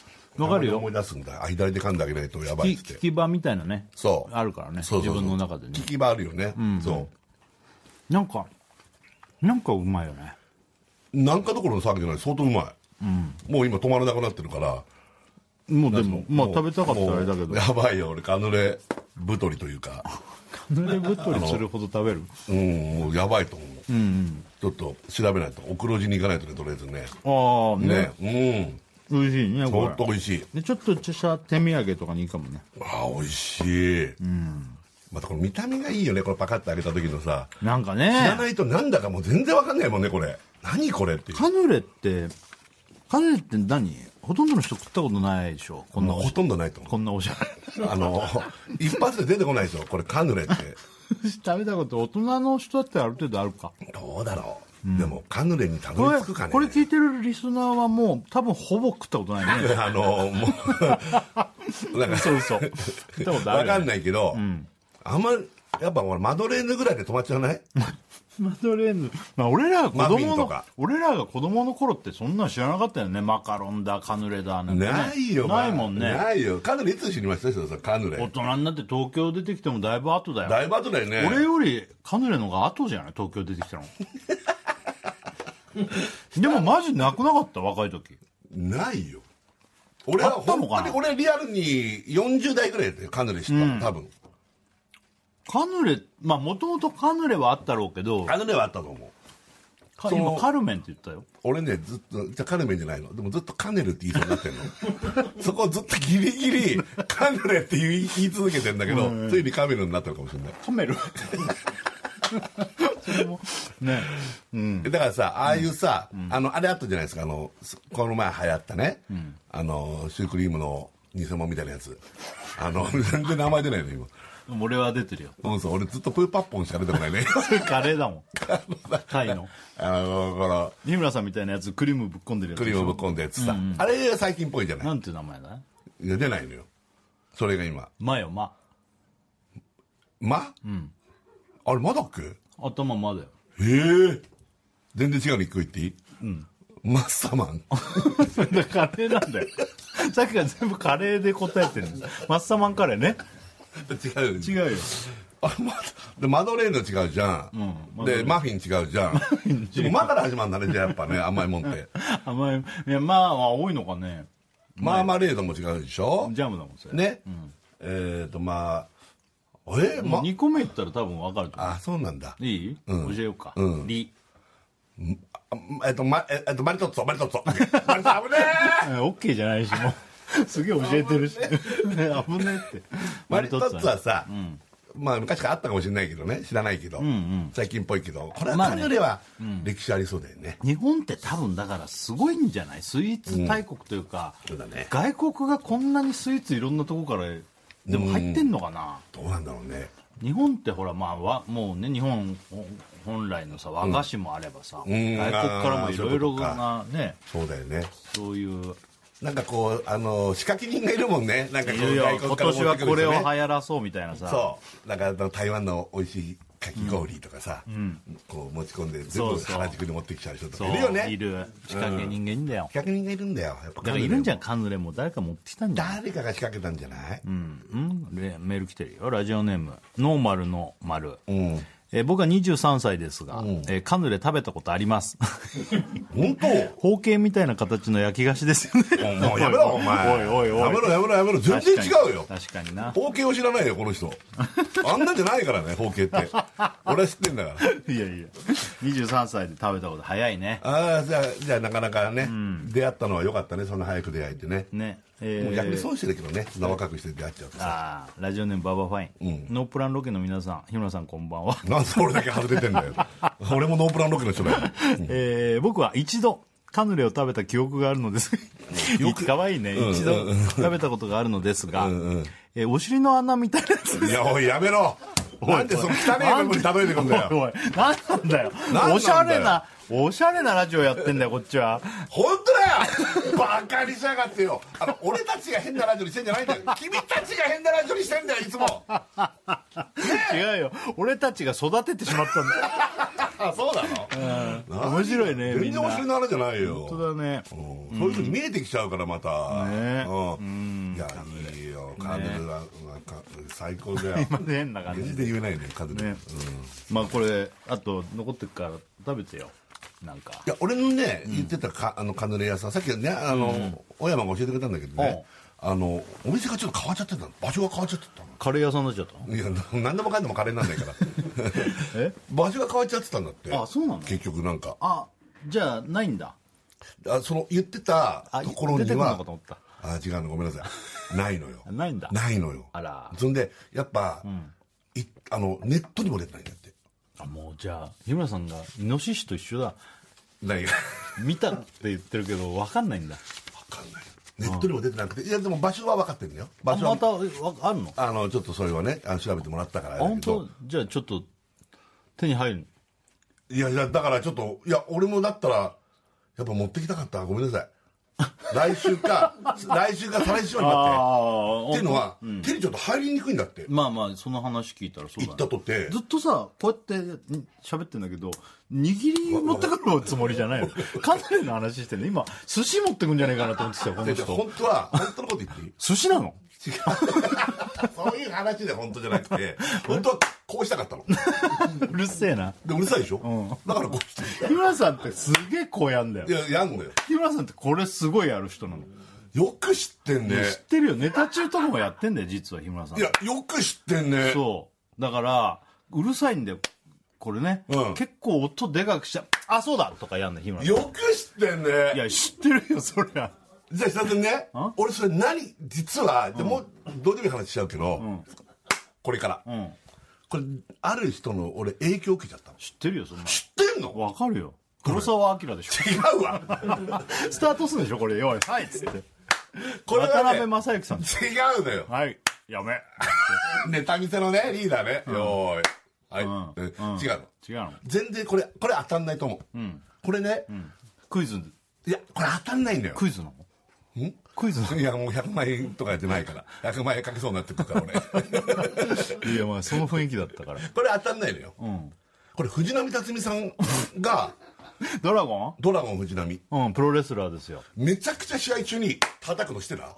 わかるよ
思い出すんだあ左で噛んであげないとやばい
聞
っ
き
つっ
聞
て
き場みたいなね
そう
あるからね
そうそうそう
自分の中でね
聞き場あるよね、そ
なんかなんかうまいよね
うなんかどころの騒ぎじゃない相当うまい、もう今止まらなくなってるから
もうでもまあ
もう
食べたかったらあれだけ
も
ど
うやばいよ俺カヌレ太りというか
濡れ太りするほど食べる
うんもうやばいと思う、ちょっと調べないと奥路地に行かないとねとりあえずね
ああね
ねうん
美味しいねこ
相当
れ
美味しい
でちょっとした手土産とかにいいかもね
あー美味しい、またこの見た目がいいよねこれパカッて開けた時のさ
なんか
知ら
ね
ないとなんだかもう全然わかんないもんねこれ何これっていう
カヌレってカヌレって何ほとんどの人食ったことないでしょこんなお
ほ
し
とんどないと思
こんなおしゃ
うあの一発で出てこないでしょこれカヌレって
れ食べたこと大人の人だってある程度あるか
どうだろう、でもカヌレにた
こ
どり
れ
着くかね
これ聞いてるリスナーはもう多分ほぼ食ったことないね
あのもうなんか
そうそう食ったことあ
わ
る
か
よね、
んないけど、あんまやっぱ俺マドレーヌぐらいで止まっちゃわない
マドレーヌ、まあ、俺らが子
マフィ
供
ンと
の
か
俺らが子供の頃ってそんなの知らなかったよねマカロンだカヌレだなんて、ね、
ないよ
ないもんね
ないよカヌレいつ知りましたそカヌ
大
レ
人になって東京出てきてもだいぶ後だよ
だいぶ後だよね
俺よりカヌレの方が後じゃない東京出てきたの でもマジなくなかった若い時
ないよ俺は
あった
本
のか
当
な
に俺リアルに40代ぐらいでカヌレ知ったの、多分
カヌレまあもともとカヌレはあったろうけど
カヌレはあったと思う
か
その
今カルメンって言ったよ
俺ねずっとじゃあカルメンじゃないのでもずっとカネルって言いそうになってん のそこをずっとギリギリカヌレって言い言い続けてんだけど、ついにカメルになったのかもしれない、
カ メルそれもね
だからさああいうさ、あのあれあったじゃないですかあのすこの前流行ったね、あのシュークリームの偽物みたいなやつあの全然名前出ないの今
俺は出てるよ
うんそう俺ずっとプーパッポンしか出てこない ね
それカレーだもんタイの
あのこの
日村さんみたいなやつクリームぶっこんでるやつ
クリームをぶっ込んでやつさ、あれ最近っぽいじゃない
なんていう名前だ
いや出ないのよそれが今
まよま
「ま」あれ「ま」だっけ
頭まだよ
ええ全然違うの一個言っていいマッサマン。
それだカレーなんだよさっきから全部カレーで答えてるんですマッサマンカレーね
違うよね
違うよ
あれま でマドレーヌ違うじゃん、
うん
でマフィン違うじゃんでも「ま」から始まるんだねじゃあやっぱね甘いもんって
甘いいやまあは多いのかね
マーマレードも違うでしょ
ジャムだもんそれ
ね、えっ、とまあえー、
も
ま
う2個目いったら多分分かると思
あそうなんだ
ういい、教えようか、リ
あえっ、と,、まえっとマリトッツォマリトッツォマリトッツォ危ねえ
うんオッケーじゃないしもうすげえ教えてるしね 危ねえって
マリトッツォ
は
はさ、まあ昔からあったかもしれないけどね知らないけど、最近っぽいけどこれは
まあ
カ
ね
ヌレは歴史ありそうだよね,、
日本って多分だからすごいんじゃないスイーツ大国というか、
そうだね
外国がこんなにスイーツいろんなとこからでも入ってんのかな、
どうなんだろうね
日本ってほらまあわもうね日本ほ本来のさ和菓子もあればさ、
ん
外国からもいろいろ
あ
なね
そうだよね
そういう
なんかこうあの仕掛け人がいるもんねなんかこ
いうや
外
今
国から
年
持っ
は
てく
こ
る
れ
人
を流
ね
行らそうみたいなさ
そうなんかあの台湾の美味しいかき氷とかさ、こう持ち込んで全
そう
部
そう
原宿に持ってきちゃう人と
そ
か
う
いるよね
いる仕掛け人間いんだよ、
仕掛け人がいるんだよやっぱ
だからいるんじゃ
ん
んカヌレも誰か持ってきたんじゃん
誰かが仕掛けたんじゃない、
うん、レメール来てるよラジオネームノーマルの丸、
ん
えー僕は23歳ですが、えーカヌレ食べたことあります
本当
方形みたいな形の焼き菓子ですよね
もうやめ ろお前
おいおいおい
やめろやめろやめろ全然違うよ
確かに確かにな
包茎を知らないよこの人あんなんじゃないからね包茎って俺は知ってんだから
いやいや23歳で食べたこと早いね
ああじゃあじゃあなかなかね、出会ったのは良かったねそんな早く出会えてね
ねえー
もう逆に損してるけどね名若くして出会っちゃうとさ
あーラジオネームババファイン、ノープランロケの皆さん日村さんこんばんは
なんで俺だけ外れてんだよ俺もノープランロケの人だよ
えー僕は一度カヌレを食べた記憶があるの です かわいいね、一度食べたことがあるのですが、えーお尻の穴みたいなやつ
いやおいやめろなんでその汚い部分に例えてくんだよ
おい何なんだよ
なんなんだよ
おしゃれなおしゃれなラジオやってんだよこっちは
本当だよバカにしやがってよあの俺たちが変なラジオにしてんじゃないんだよ君たちが変なラジオにしてんだよいつもあ
違うよ俺たちが育ててしまったんだよ
そうなの
面白いねみ
全
ん
然
な
面白い
本
のあれじゃないよ
当だね
うんそういうふうに見えてきちゃうからまた、
ね
うん、いやいいよカヌレは、なんか最高だよ
まあ変な感
マ
じ
ジで言えないねカヌレ、
ね
うん
まあこれあと残ってくから食べてよなんか
いや俺のね言ってたか、あのカヌレ屋さんさっきねあの、小山が教えてくれたんだけどね、あのお店がちょっと変わっちゃってたの場所が変わっちゃってたの
カレー屋さんになっちゃったの
いやな何でもかんでもカレーになんないから
え
場所が変わっちゃってたんだって
あそうなの
結局なんか
あじゃあないんだ
あその言ってた
あ
ところ
出て
に
くるの
は
かと思った
あ違うのごめんなさいないの よ
ないんだ
ないのよ
あら
そんでやっぱ、いあのネットにも出てないんだって
あもうじゃあ日村さんがイノシシと一緒だ
ないわ
見たって言ってるけど分かんないんだ
かんないネットにも出てなくていやでも場所は分かってるんだよ
あ
場所は
またわあるのあ
あのちょっとそれはねあの調べてもらったからあれだ
本
けど
当じゃあちょっと手に入る
いやいやだからちょっといや俺もだったらやっぱ持ってきたかったごめんなさい来週か 来週か再来週になって
あ
っていうのは、手にちょっと入りにくいんだって
まあまあその話聞いたらそう
行
だ、
った
ね、
とて
ずっとさこうやってん喋ってんだけど握り持ってくるつもりじゃ ないのカヌレの話してんの今寿司持ってくんじゃないかなと思ってたよこの
でで
人
本当は本当のこと言っていい
寿司なの
そういう話で本当じゃなくて本当はこうしたかったの
うるせえな
でうるさいでしょ、だからこうして
日村さんってすげえこうやんだよ
いややんのよ
日村さんってこれすごいやる人なの、
よく知ってんね
知ってるよネタ中とかもやってんだよ実は日村さん
いやよく知ってんね
そうだからうるさいんだよこれね、
うん
結構音でかくしちゃあそうだとかやんだよ日村さん
よく知ってんね
いや知ってるよそりゃ
じゃあ久田君ね俺それ何実はでもうどうでもいい話しちゃうけど、これから、
ん
これある人の俺影響受けちゃったの
知ってるよそんなの
知ってんの
わかるよ黒澤明でしょ
違うわ
スタートするでしょこれよいはいっつって
これ
渡
は、
辺
ね、
正行さん
違うのよ
はいやめ
ネタ見せのねリーダーね、よーいはい、
うん
ね
うん
違うの
違うの
全然これこれ当たんないと思う、これね、
クイズ
いやこれ当たんないんだよ
クイズなの
ん
クイズ
いやもう100万円とかじゃないから100万円かけそうになってくるから 俺
いやまあその雰囲気だったから
これ当たんないのよ、これ藤波辰巳さんが
ドラゴ
ドラゴン藤波
ンうんプロレスラーですよ
めちゃくちゃ試合中に叩くのし てな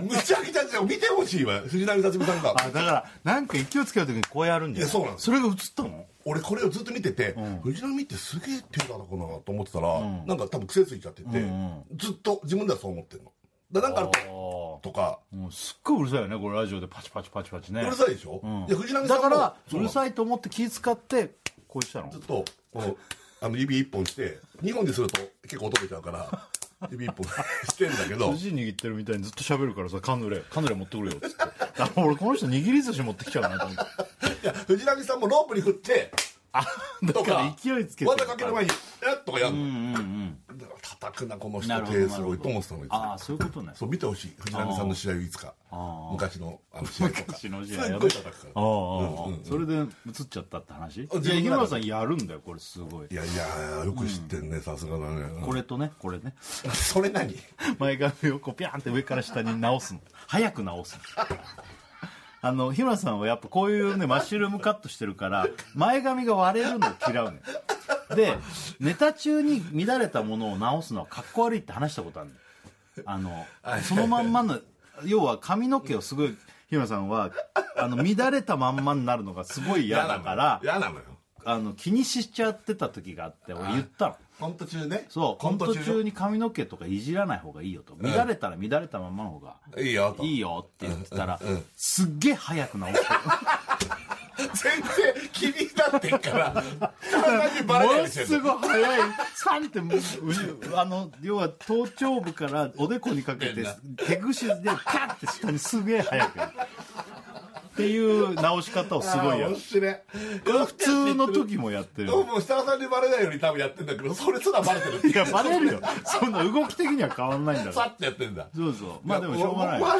むちゃくちゃですよ見てほしいわ藤波辰巳さんが
あだからなんか勢いつけるときにこうやるんじゃない
いやそうなんです
それが映ったの
俺これをずっと見てて、藤波ってすげえ手だなのかなと思ってたら、なんか多分癖ついちゃってて、ずっと自分ではそう思ってるのだからなんかある
あ
とか
あもうすっごいうるさいよねこれラジオでパチパチパチパチね
うるさいでしょ、いや藤波さ
だ
んも
から
そううな
る
のず
さいと思って気使ってこうしたの
っとこのあの指一本して2本にすると結構音出ちゃ うから指一本してんだけど
寿司握ってるみたいにずっと喋るからさカヌレカヌレ持ってくるよっつってあ俺この人握り寿司持ってきちゃうなと思って
いや藤波さんもロープに振ってと
だから
か
勢いつけて
技かける前に「えっ?」とかやるの、
うんうんうん
だから叩くなこの人
なるほど
手すごいと思ってたのに
ああそういうことね
そう見てほしい藤波さんの試合をいつか
あー
昔のあの試合とか
昔の試合
すっごい叩くか
ああ、
ら
ああそれで映っちゃったって話い
あ自
や
分
日
なら
村さんやるんだよこれすごい
いやいやよく知ってんねさすがだね
これとねこれね
それ何
前髪をこうピャンって上から下に直すの早く直すのあの日村さんはやっぱこういうねマッシュルームカットしてるから前髪が割れるのを嫌うのよでネタ中に乱れたものを直すのはかっこ悪いって話したことあるのあのそのまんまの要は髪の毛をすごい日村さんはあの乱れたまんまになるのがすごい嫌だから
嫌なのよ
あの気にしちゃってた時があって俺言ったの
コント中ね
そうコント中
に
に髪の毛とかいじらない方がいいよと乱れたら乱れたままの方が
いいよと
いいよって言ってたらすっげえ早く直して
全然気になってっから簡単に バレ
も
ない
の
です
す
よ
ごい早いサンってもうあの要は頭頂部からおでこにかけて手串でパッて下にすげえ早くやるっていう直し方をすごいや
面
る
白い
普通の時もやってる
どうも設楽さんにバレないように多分やってんだけどそれすらバ レてるって
いやバレるよそんな動き的には変わんないんだか
さ
ら
ってやってんだ
そうそうまあでもしょうがない
やも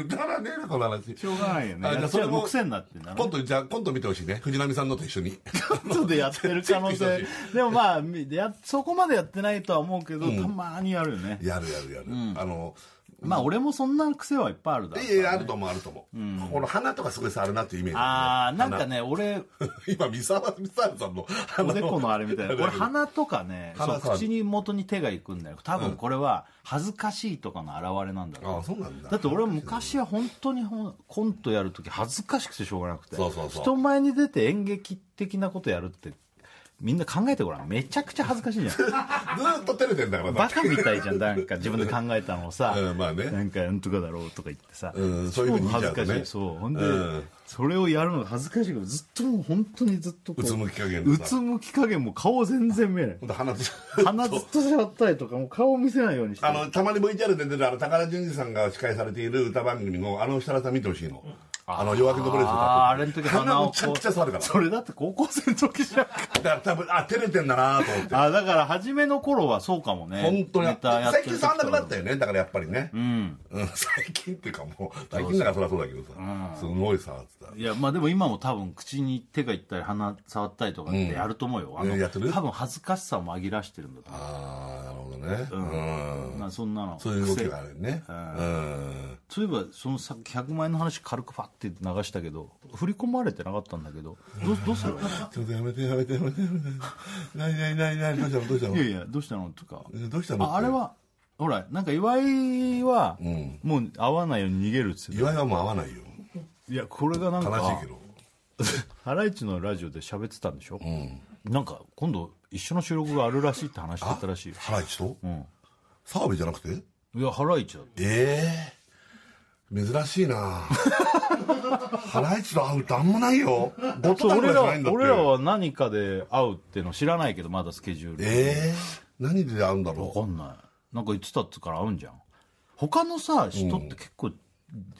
うくだらねえなこの話
しょうがないよね
あじ
やっ
ゃあ
ちゃう
それも
もう癖になってんだろうね
コントじゃあコント見てほしいね藤波さんのと一緒に
後でやってる可能性でもまあみやそこまでやってないとは思うけど、たまにやるよね
やるやるやる、あの
まあ俺もそんな癖はいっぱいあるだろう
いやいやあると思うあると思う、この花とかすごい触るなっていうイメージ
ああなんかね俺
花 今三沢三沢さんの鼻
お
を
でこのあれみたいな俺鼻とかねそ
鼻
う
触る
口に元に手がいくんだよ多分これは恥ずかしいとかの表れなんだろう
ああそうなんだ
だって俺は昔は本当にほんコントやるとき恥ずかしくてしょうがなくて
そうそうそう
人前に出て演劇的なことやるってみんな考えてごらんめちゃくちゃ恥ずかしいじゃん
ずーっと照れてんだから
バカ
さ
みたいじゃんなんか自分で考えたのをさ、
うんまあね
なんかなんとかだろうとか言ってさ、
うんそういうふうに見
恥
ちゃ
ず
うと
か
ね
しいそうほんで、
うん
それをやるのが恥ずかしいからずっともう本当にずっとこ
うつむき加減で
う
さ
つむき加減も顔全然見えない
ほんと鼻ず
鼻ずっと触ったりとかもう顔見せないようにして
あのたまに VTR で出てるあの高田純次さんが司会されている歌番組のあの設楽さん見てほしいのあの夜明けのブレスを歌ってる
あーあれの時鼻
鼻
を
むちゃくちゃ触るから
それだって高校生の時 じゃんか
だから多分あ照れてんだなと思って
あだから初めの頃はそうかもね
本当に
ネタやって
最
る時とか
近触んなくなったよねだからやっぱりねうん、 最近っていうかもう最近だからそりゃそうだけどさ、すごい触ってた
いやまあでも今も多分口に手がいったり鼻触ったりとかってやると思うよ、あの
ねやってる
多分恥ずかしさを紛らしてるんだと思
ああなるほどねうん、
う、まあ、そんなの
そういう動き
癖
があるねうん
そういえばそのさっき100万円の話軽くパッて流したけど振り込まれてなかったんだけどどうどうする
ちょっとやめてやめてやめてやめて何何何何どうしたのどうしたの
いやいやどうしたのとか
どうしたの
ああれはほらなんか岩井は
ん
もう会わないように逃げるっつって
岩井はもう合わないよ
いやこれがなん
悲し
か
いけど
ハライチのラジオで喋ってたんでしょ
う、ん
なんか今度一緒の収録があるらしいって話だったらしいよ
ハライチと
うん
澤部じゃなくて
いやハライチだって
ええ珍しいな ハライチと会うってあんまないよごと
そう
たぐ
俺ら
らいしかないんだって
俺らは何かで会うっていうの知らないけどまだスケジュール
ええ何で会うんだ
わ
ろ
かんないなんか言ってたっつうから会うんじゃん他のさ人って結構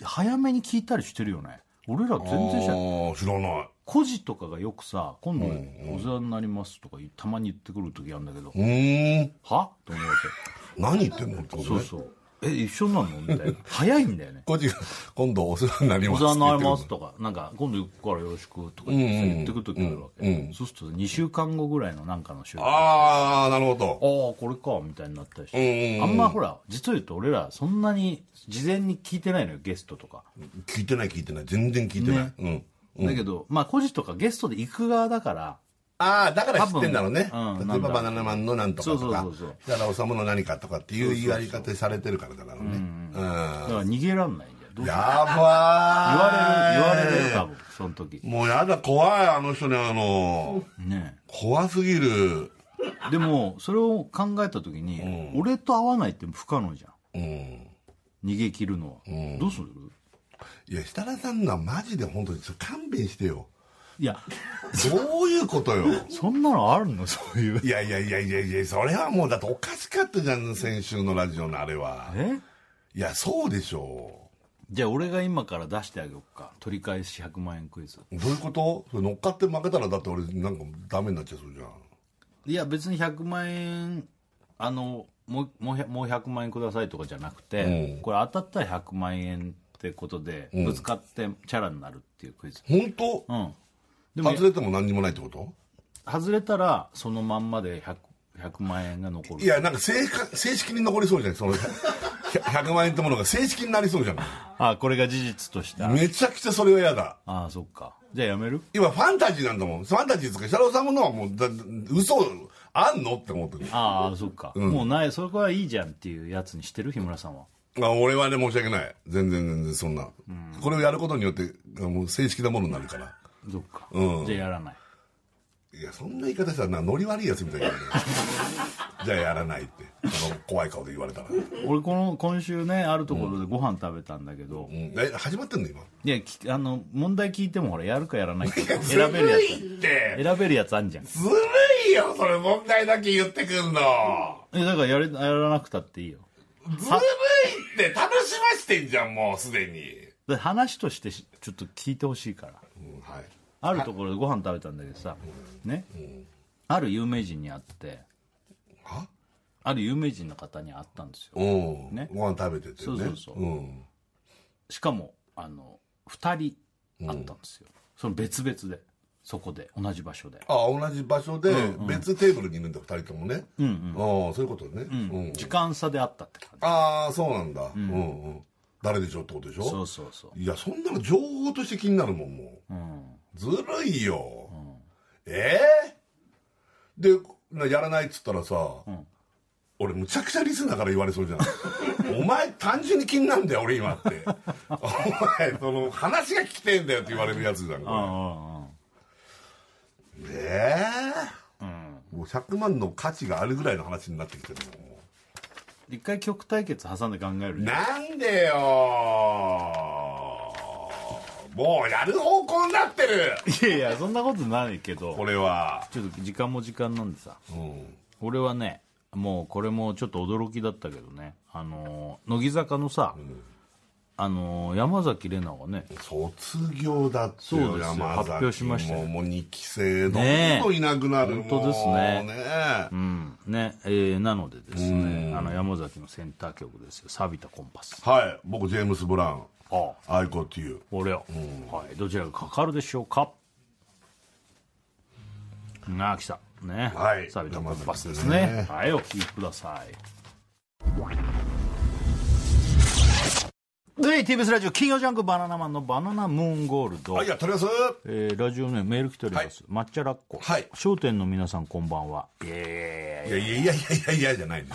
早めに聞いたりしてるよね俺ら
う
全然知らない
あー知らない
孤児とかがよくさ「今度お世話になります」とかたまに言ってくる時あるんだけど
うーん
はと思うわけ
何言ってんのってこと
そう
ね
そうえ一緒なのみたいな早いんだよね
こっちが 今度お世話にな
「
り
お
ます
世話になります」
と。
とか「なんか今度行くからよろしく」とか言ってくる時あるわけ、そうすると2週間後ぐらいのなんかの週ああ
ああ、なるほど。
これかみたいになったりし
うんうん
て
うん
あんまほら実を言うと俺らそんなに事前に聞いてないのよゲストとか
聞いてない聞いてない。全然聞いてない。うん。
だけど、まあ、個人とかゲストで行く側だから、
ああ、だから知ってんだろうね。
多分うん
例
な
えば
んだ
バナナマンのなんとかとか
そうそうそうそう、
設楽治の何かとかっていう言われ方されてるからだろうね。うん
だから逃げらんないんだよ。どう
や
言
ばーい。
われる、言われるかも、その時。
もうやだ、怖い、あの人ね、あの、
ね
怖すぎる。
えでも、それを考えた時に、俺と会わないって不可能じゃん。
うん。
逃げ切るのは。どうする
いや、設楽さんのはマジで本当にちょっと勘弁してよ。
いや、
どういうこ とよ。
そんなのあるのそういう。
いやいやいやいやいや、それはもうだっておかしかったじゃん、先週のラジオのあれは。
え
いや、そうでしょ
じゃあ俺が今から出してあげようか。取り返し100万円クイズ。
う。どういうことそれ乗っかって負けたらだって俺なんかダメになっちゃいそうじゃん。
いや、別に100万円、あの、もう、もう100もう100万円くださいとかじゃなくて、これ当たったら100万円ってことで、ぶつかってチャラになるっていうクイズ。
本当、
うん。でも、
外れても何にもないってこと
外れたら、そのまんまで 100, 100万円が残
い
る。
や、なんか正確正式に残りそうじゃないその100万円ってものが正式になりそうじゃな
あこれが事実とした。
いめちゃくちゃそれは嫌だ。
ああ、そっか。じゃあやめる
今ファンタジーなんだもん。ファンタジーですか設楽さんのはもうだ、嘘あんのって思ってる。
ああ、そっか。もうない、そこはいいじゃんっていうやつにしてる日村さんは。
あ俺はね、申し訳ない。全然全然そんな。これをやることによって、あもう正式なものになるから。
そっか。
うん
じゃあやらない。
いや、そんな言い方したらな、ノリ悪いやつみたい な、ね。じゃあやらないって。あの、怖い顔で言われたら。う
俺、この、今週ね、あるところでご飯食べたんだけど、
ん、え、始まってんの今。
いやきあの問題聞いてもほらやるかやらないか
ず
選べるや
るいって
つ選べるやつあんじゃん
ずるいよ、それ問題だけ言ってくんの。
えだからやれやらなくたっていいよ
ずるいって楽しましてんじゃん、もうすでに。
で話としてしちょっと聞いてほしいから
うん、はい。
あるところでご飯食べたんだけどさねある有名人に会って
は
ある有名人の方に会ったんですよ
うん、
ね
ご飯食べててね。
そうそうそう
うん。
しかもあの2人会ったんですよ、その別々でそこで同じ場所で
あ、同じ場所で別テーブルにいるんだ、二人ともね。うん、ああ、そういうことね。うん
時間差で会ったって感じ
ああそうなんだ、うんうん、誰でしょうってことでしょ
そうそうそう
いやそんなの情報として気になるもんもう、ずるいよ、ええでなやらないっつったらさ、俺むちゃくちゃリスナーから言われそうじゃんお前単純に気になるんだよ俺今ってお前その話が聞きてえんだよって言われるやつじゃんこれ
あ
ええもう100万の価値があるぐらいの話になってきてるもんもう
あ一回曲対決挟んで考えるじゃん
なんでよもうやる方向になってる
いやいやそんなことないけど
これは
ちょっと時間も時間なんでさ
うん
俺はねもうこれもちょっと驚きだったけどねあのー乃木坂のさ、あのー山崎玲奈がね
卒業だって
そ
よ
うですよ
山崎
発表しましたよ
もうもう2期生ど
ね
ん
え
どんいなくなる、
本当ですね
もう
うんねえーなのでですねあの山崎のセンター曲ですよ「錆びたコンパス
はい僕ジェームス・ブラウン」
ああ
「I Got You
俺を、はい、どちらがかかるでしょうかなあ来たね
はい
錆びたコンパスです
山崎で
ね
す
はいお聴きくださいで TBS ラジオ金曜ジャンクバナナマンのバナナムーンゴールド、」
はいやっております
えーラジオネームメール来ております、抹茶ラッコ、
はい
商店の皆さんこんばんはいやいやい
い
や
やいやいやいやいやじゃないで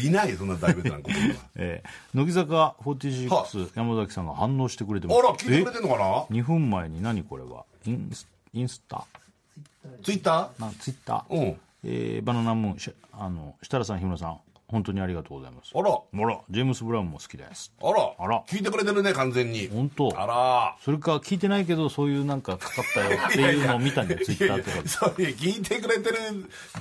す いないよそんな大ベテランこと は
えー乃木坂46、
は
山崎さんが反応してくれて
あ
ます
ら聞いてくれてんのかな
2分前に何これはインスインスタ
ツイッタ
なツイッター、
うん
えーバナナムーンしあの設楽さん日村さん本当にありがとうございます
ーあら
あらジェームス・ブラウンも好きです
あら
あら
聞いてくれてるね完全に
本当
あら
それか聞いてないけどそういうなんかかかったよっていうのを見たんだよツイッターとかで
そういう聞いてくれてる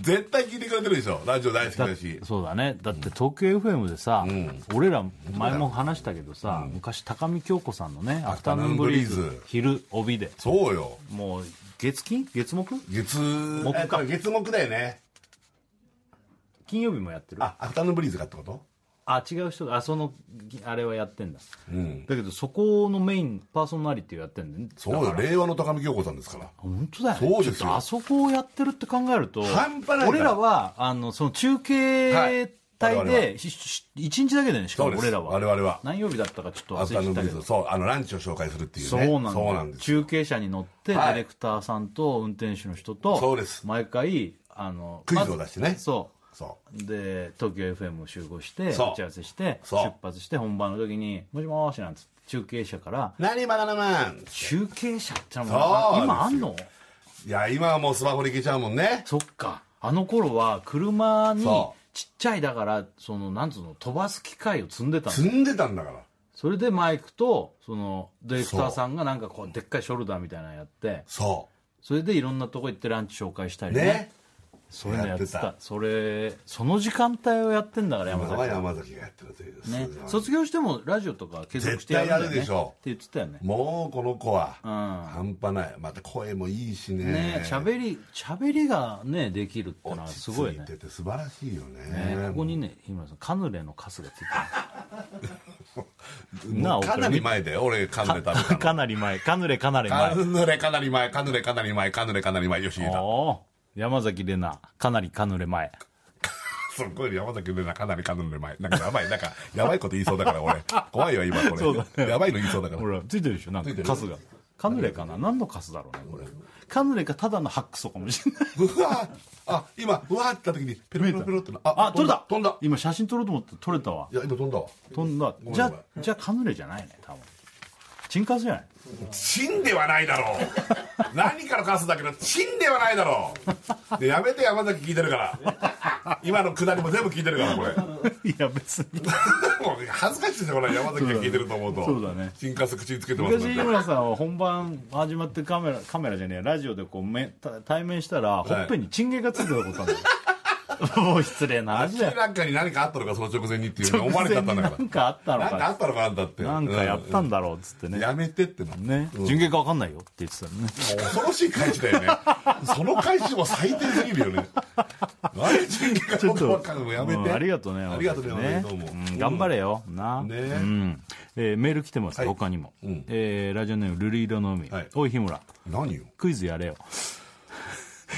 絶対聞いてくれてるでしょラジオ大好きだし
だそうだねだって東京 FM でさ、俺ら前も話したけどさ、昔高見京子さんのねアフタヌーンブリー
アフタヌーンブリ
ズ
ーズ
昼帯で
そうよ
もう月金月木
月
木か
えっと月木だよね
金曜日もやってる
あアフタヌーンブリーズかってこと
あ違う人だあそのぎあれはやってんだ、だけどそこのメインパーソナリティをやってんだね
そうよ令和の高見京子さんですから
本当だよね
そうですよ
ちょっとあそこをやってるって考えると
半端ないから
俺らはあのその中継
はい
隊
我々
で、しし一日だけだよねしか
そう
も
です
俺らは
我々は
何曜日だったかちょっと
アフ
忘
タ
れ
ヌーン
て
ビ
たけ
ー
ど
ズそうあのランチを紹介するっていうね
そうなんだ
そうなんです
中継車に乗ってデ
はい
ィレクターさんと運転手の人と、
そうです
毎回あの
クイズを出してね
まずそう
そ
で東京 FM を集合して打
そう
ち合わせして
そう
出発して本番の時に「もしもーし」なんつって中継車から
う何バナナマン
「中継車」ってのも
そう
今あんの
いや今はもうスマホで行けちゃうもんね
そっかあの頃は車に
そ
ちっちゃいだからそのなんつうの飛ばす機械を積んでたの
積んでたんだから
それでマイクとそのディレクターさんがなんかこうでっかいショルダーみたいなのやって
そ
それでいろんなとこ行ってランチ紹介した
う
りね
ね
そういうのやってた
やってた
それその時間帯をやってんだから山
今は
崎
山崎がやってるという、
ね
すごい
卒業してもラジオとか継続してやるんだよね
絶対やるでしょ
って言ってたよね
もうこの子は
うん
半端ないまた声もいいしね
ね喋り喋りがねできるってのはすごいね
落ち着いてて素晴らしいよね
ねここにね日村さんカヌレのカスがついてるな
も
お
うかなり前だよ俺カヌレ食べたの
かなり前カヌレかなり前
カヌレかなり前カヌレかなり前カヌレかなり前よし言えた
おー山崎怜奈かなりカヌレ前
すっごい山崎怜奈かなりカヌレ前なんかやばいなんかやばいこと言いそうだから 俺怖いわ今これ、
そうだね
やばいの言いそうだから
ほらついてるでしょなんか
いてる
カスがカヌレかな何のカスだろうねこれカヌレかただのハックソかもしれないう
わあ今うわーって言った時にペロペロペロってなあ
あ取れた
飛んだ
今写真撮ろうと思って撮れたわ
いや今飛んだわ
飛んだ
ごめん
じゃ
ごめ
あじゃあカヌレじゃないね多分チンカスじゃない
チンではないだろ う何からかすだけどチンではないだろうでやめて山崎聞いてるから今のくだりも全部聞いてるからこれ
いや別に
もう恥ずかしいですよこれ山崎が聞いてると思うと
そうだね
チンカス口につけてます
昔井村さんは本番始まってカメラカメラじゃねえラジオでこうめた対面したら、ほっぺにチンゲがついてたことある のもう失礼な話だ
明
よ
らかに何かあったのかその直前にっていうふうに思われちゃったんだから
なんかあったの
何かあ
か
ったのかあんだって
なんかやったんだろうっつって
うん
ね
やめてってなも
ねチンゲか分かんないよって言ってたのね
う恐ろしい返しだよねその返しも最低すぎるよ ね何チンカスか分かんのやめ
うん
て
ありがとうね
ありがとう
本
ね
当に
どうも
ん頑張れよな
ね
うんえーメール来てます
はい
他にも
うん
えーラジオネームルリ色の海
はい
おい日村
何よ
クイズや れよ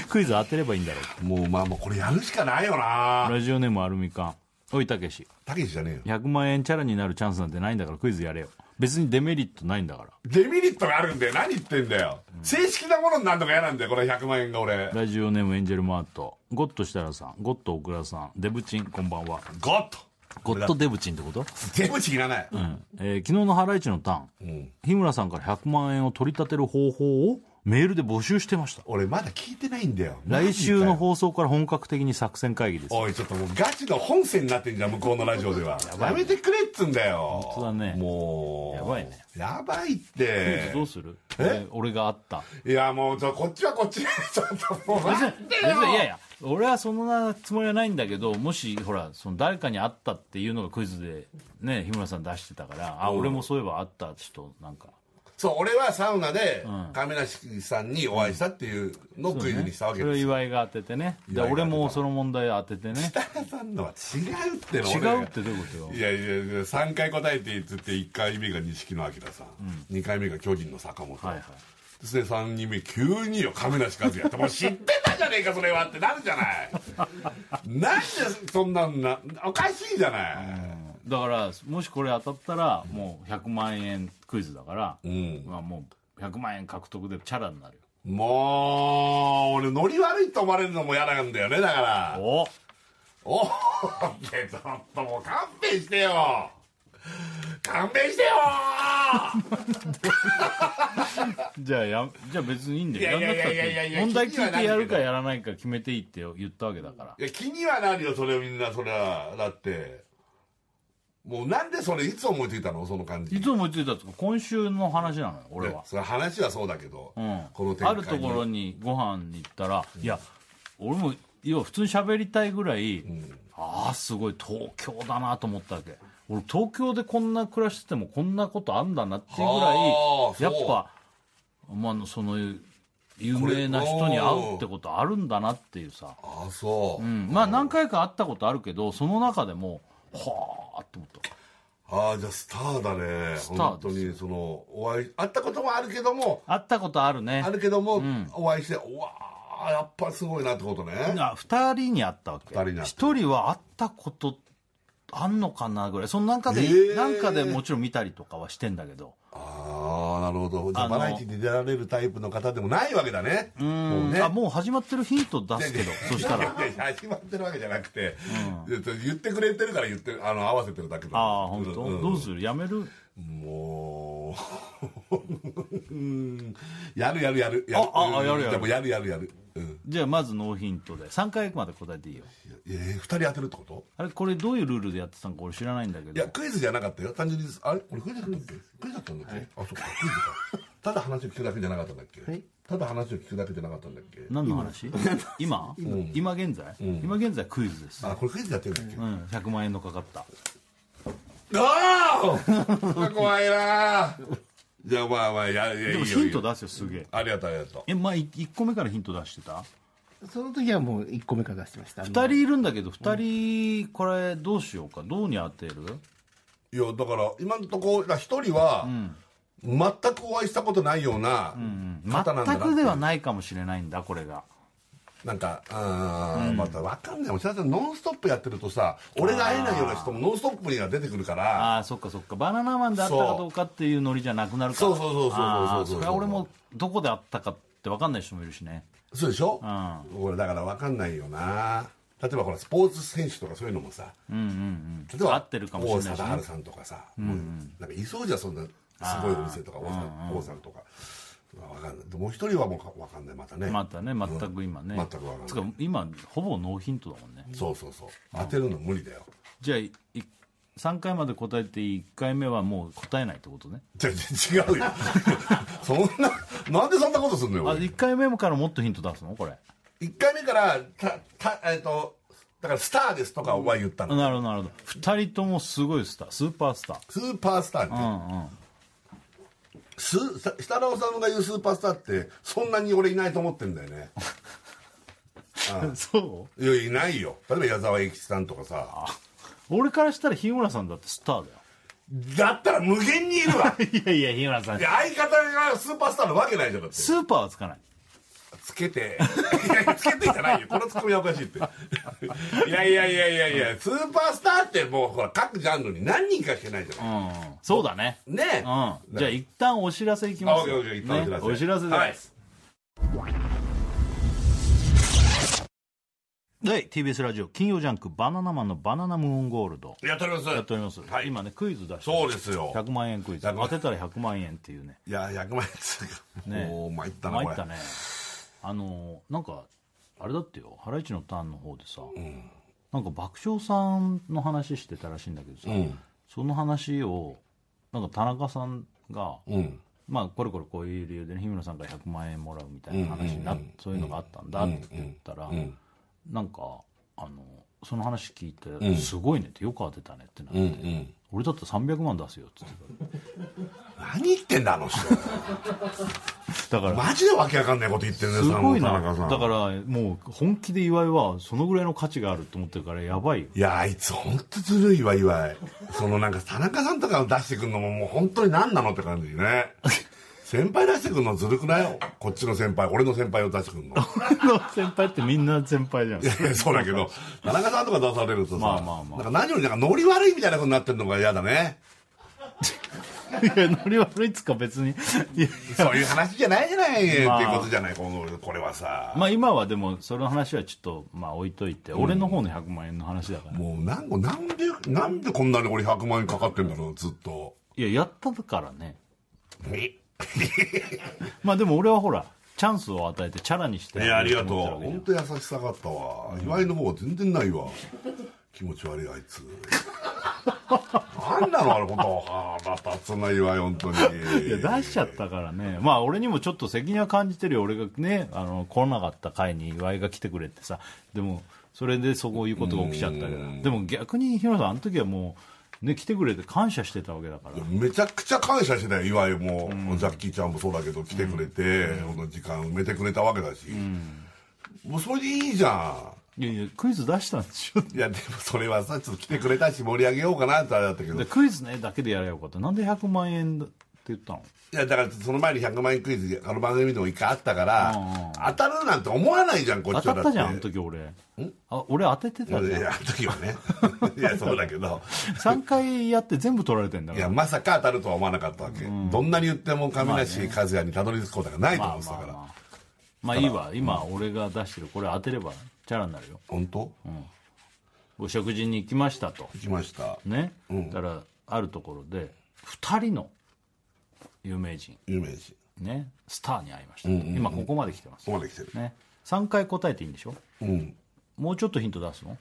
クイズ当てればいいんだろう
もうまあもうこれやるしかないよな
ラジオネームアルミカンおいたけした
けしじゃねえよ
100万円チャラになるチャンスなんてないんだからクイズやれよ別にデメリットないんだから
デメリットがあるんだよ何言ってんだよ、正式なものになるのが嫌なんだよこれ100万円が俺
ラジオネームエンジェルマートゴッド設楽さんゴッド小倉さんデブチンこんばんは
ゴッと
ゴッドデブチンってこと、
全部ちぎらない、
えー昨日のハライチのターン、日村さんから100万円を取り立てる方法をメールで募集してました
俺まだ聞いてないんだよ
来週の放送から本格的に作戦会議です
おいちょっともうガチの本線になってんじゃん向こうのラジオではやめてくれっつうんだよ
本当だね
もう
やばいね
やば
ク
いっ
イズ
て
どうする俺俺があった
いやもうちょこっちはこっちで ちょっともう待って
別
よ
にいやいや俺はそんなつもりはないんだけどもしほらその誰かに会ったっていうのがクイズでね日村さん出してたからあ、俺もそういえば会った人なんか
そう俺はサウナで亀梨さんにお会いしたっていうのをクイズにしたわ
そ
け
れを
ですよ
岩井が当ててねで
岩井が当て
俺
た
もその問題当ててね
設楽さんのは違うっての
違
俺が
うってどういうことよ
いやいやいや3回答えていいっつって1回目が錦野明さん、2回目が巨人の坂本、
はいはい
そして3人目急によ亀梨和也ってもう知ってたじゃねえかそれはってなるじ ゃないなんでそんなんなおかしいじゃない
だからもしこれ当たったらもう100万円クイズだから、
ん
まあ、もう100万円獲得でチャラになるよ
もう俺ノリ悪いと思われるのも嫌なんだよねだから
お
おおってちょっともう勘弁してよ勘弁してよ
じゃあやじゃあ別にいいんだよ
いやいやいやいやいや
やんなくたって問題聞いてやるかやらないか決めていいって言ったわけだから
いや気にはなるよそれみんなそれはだってもうなんでそれいつ思いついたのその感じ
いつ思いついたんですか今週の話なのよ俺は、
それ話はそうだけど、
うん、
この展開
あるところにご飯に行ったら、いや俺も要は普通に喋りたいぐらい、ああすごい東京だなと思ったわけ俺東京でこんな暮らしててもこんなことあんだなっていうぐら
はあ
いやっ
そう
ぱ、まあ、その有名な人に会うってことあるんだなっていうさ、
ああそう、
うんまあ何回か会ったことあるけどその中でもはあって思った
ああじゃあスターだね
ター
本当にそのお会い会ったこともあるけども
会ったことあるね
あるけども、お会いしてうわあやっぱすごいなってことね
あ2人に会ったわけ
二人に会った
1人は会ったことあんのかなぐらいその中で、
へー
なんかでもちろん見たりとかはしてんだけど
ああなるほどじゃ
あ
あ
の
バラエティに出られるタイプの方でもないわけだねもうね
あもう始まってるヒント出す けどそしたら
いやいや始まってるわけじゃなくて、いや言ってくれてるから言ってるあの合わせてるだけだ
ああ本当、
うん
どうするやめる
もううん やるやるやるやる
あああやるやる
でもやるやるやる、うん、
じゃあまずノーヒントで3回まで答えていいよ
えー、2人当てるってこと
あれこれどういうルールでやってたのか俺知らないんだけ
いや
ど
クイズじゃなかったよ単純にあれこれクイズだったんだっけクイズだったんだっけ、あそうかクイズかただ話を聞くだけじゃなかったんだっけ、
はい
ただ話を聞くだけじゃなかったんだっけ
何の話 今今現在、今現在クイズです、
あこれクイズやってるんだっけ、
うん、100万円のかかった
ああ 怖いなあじゃあまあまあやいやいい
で
よい
も
い
ヒ
よ
ント出すよすげえ
ありがとうありがとう
えまあ1個目からヒント出してた
その時はもう1個目から出してました。あの
2人いるんだけど2人これどうしようかどうに当てる
いやだから今のところ一人は全くお会いしたことないような方なんだな
全くではないかもしれないんだこれが
なんかあーまた分かんないもん白井さん「ノンストップ!」やってるとさ俺が会えないような人も「ノンストップ!」には出てくるから
ああそっかそっかバナナマンで会ったかどうかっていうノリじゃなくなるから
そうそうそうそうそう
ああ
そうそうそう
それは俺もどこで会ったかって分かんない人もいるしね
そうでしょ
う
俺だから分かんないよな例えばほらスポーツ選手とかそういうのもさ
うんうんうん
例えば
合ってるかもしれないしね
王貞治さんとかさもうなんかいそうじゃんそんなすごいお店とか王さん王さんとか分かんないでもう一人はもう分かんないまたね
またね全く今ね、
全く分かんない
つか今ほぼノーヒントだもんね
そうそうそう当てるの無理だよ
じゃあい3回まで答えて1回目はもう答えないってことね
違う違うよ そんななんでそんなことすんのよ
あ
俺
1回目からもっとヒント出すのこれ
1回目からたた、えっとだからスターですとかは言ったの、
なるほどなるほど2人ともすごいスタースーパースター
スーパースターって、すさ設楽さんが言うスーパースターってそんなに俺いないと思ってんだよね
そう
いやいないよ例えば矢沢永吉さんとかさ
俺からしたら日村さんだってスターだよ
だったら無限にいるわ
いやいや日村さん
いや相方がスーパースターなわけないじゃんだって
スーパーはつかない
つけて いやいやつけてじゃないよこのツッコミはおかしいって いやいやいやいやいやスーパースターってもうほら各ジャンルに何人かしかいないじゃん、
うんそうだね
ねえ、
うんじゃあ一旦お知らせいき
あ
ま
オッ
す
ケーオッケー一旦お知らせ、
ねお知らせです、
はい
はい、TBS ラジオ金曜ジャンク「バナナマンのバナナムーンゴールド
やっております」
やっております、
はい
今ねクイズ出して
そうですよ
100万円クイズ
100万
当てたら100万円っていうね
いや100万円つうか
ね
もう参ったなこ
参
れ
ったねあのーなんかあれだってよハライチのターンの方でさ、なんか爆笑さんの話してたらしいんだけどさ、その話をなんか田中さんが、
うん
まあこれこれこういう理由でね日村さんから100万円もらうみたいな話になっ、そういうのがあったんだって言ったら、なんかあのその話聞いて、すごいねってよく当てたねってなって、俺だったら300万出すよっつって
何言ってんだ あの人
ただから
マジでわけわかんないこと言ってるね
すごい
そ
な
の田中さん
だからもう本気で岩井はそのぐらいの価値があると思ってるからやばい よ
いやあいつ本当ずるいわ岩井そのなんか田中さんとかを出してくるのももう本当に何なのって感じね先輩出してくるのずるくないよこっちの先輩俺の先輩を出してくるの い
の先輩ってみんな先輩じゃん
やそうだけど田中さんとか出されるとさ、
まあまあまあ
なんか何よりなんかノリ悪いみたいなことになってるのが嫌だね
いやノリ悪いっつうか別にいや
そういう話じゃないじゃない、
まあ
っていうことじゃないこのこれはさ
まあ今はでもその話はちょっとまあ置いといて、俺の方の100万円の話だから
もう何個なんでなんでこんなに俺100万円かかってんだろうずっと
いややったからね
い
まあでも俺はほらチャンスを与えてチャラにして
やありがとう
やってるわけじゃん
本当優しさがあったわ岩井の方は全然ないわ気持ち悪いあいつなんなのあれ本当腹立つな岩井本当に
いや出しちゃったからねまあ俺にもちょっと責任は感じてるよ俺がねあの来なかった回に岩井が来てくれってさでもそれでそういうことが起きちゃったけどでも逆に日村さんあの時はもうね来てくれて感謝してたわけだから
めちゃくちゃ感謝してたよ岩井も、ジャッキーちゃんもそうだけど来てくれて、この時間埋めてくれたわけだし、もうそれでいいじゃん
いやいやクイズ出したんでしょ
いやでもそれはさちょっと来てくれたし盛り上げようかなってあれだったけど
で
い
クイズねだけでやればよかったなんで100万円だって言ったの
やだからその前に100万円クイズあの番組でも一回あったから当たるなんて思わないじゃんこっ
当
ちは
た
だ
った
って
じゃんあの時俺あ俺当ててた
い
じゃん
やあの時はね いやそうだけど
3回やって全部取られてんだ
い
か
や
ら
まさか当たるとは思わなかったわけ、どんなに言っても亀梨和也にたどり着くことがないと
ま
思
あ
ってた
ま
か
あ
ら、
まあまあいいわ今俺が出してるこれ当てればチャラになるよ
本当、
お食事に行きましたと
行きました
ねだからあるところで2人の有名人
有名人
ねスターに会いました今ここまで来てます
ここまで来てる
ね3回答えていいんでしょ
うん
もうちょっとヒント出すの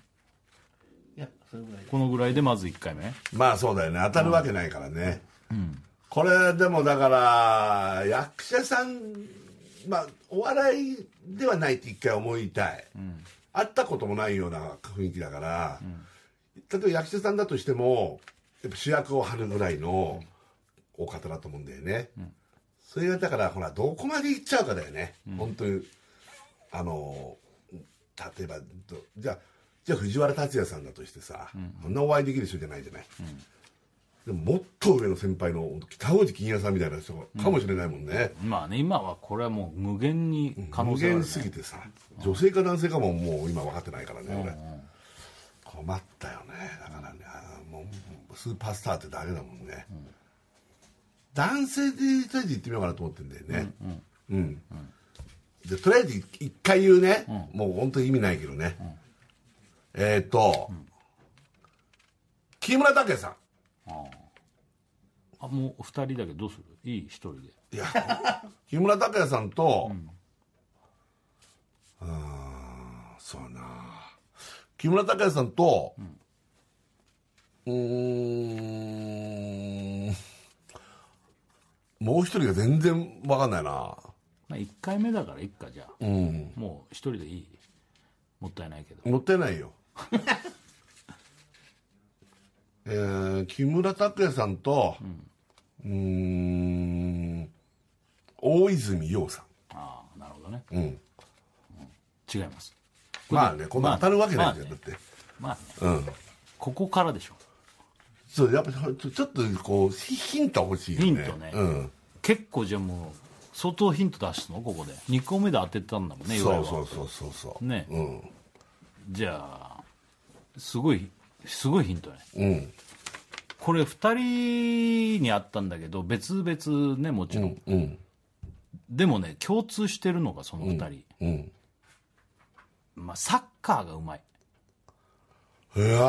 いや、それぐらいで
このぐらいでまず1回目
まあそうだよね当たるわけないからね、これでもだから役者さんまあお笑いではないって一回思いたい、会ったこともないような雰囲気だから、例えば役者さんだとしてもやっぱ主役を張るぐらいのお方だと思うんだよね、それがだからほらどこまで行っちゃうかだよね、本当にあの例えばどじゃあじゃあ藤原竜也さんだとしてさ、あんなお会いできる人じゃないじゃない、でももっと上の先輩の本当北大路欣也さんみたいな人かもしれないもんね、
まあね今はこれはもう無限に可能
無
性があ
限
る
すぎてさ女性か男性かももう今分かってないからね、俺困ったよねだからねあーもうスーパースターって誰だもんね、男性でとりあえず行ってみようかなと思ってんだよねうん、でとりあえず一回言うね、もう本当に意味ないけどね、えっ、ー、と、木村拓哉さ
あもう2人だけどどうするいい1人で
んいや木村拓哉さんと、ああそうやな木村拓哉さんとうーんもう一人が全然わかんないな
まあ、1回目だからいっかじゃあ、
うん
もう一人でいいもったいないけど
もったいないよ えー、木村拓哉さんとうーん大泉洋さ
ああなるほどね
んうん
違います
まあねこんな当たるわけないじゃ
まあ
ん、
ね
だって
まあね
うん
ここからでしょ
そうやっぱちょちょっとこうヒヒント欲しいよね
ヒントね
うん
結構じゃあもう相当ヒント出すのここで2個目で当てたんだもんね
そ
岩井
う
は
そうそうそうそう
ね
うん
じゃあすごいすごいヒントね
うん
これ2人に会ったんだけど別々ねもちろん、
うん
でもね共通してるのがその2人、
うん
まあ、サッカーがうまい
いやこれ
これは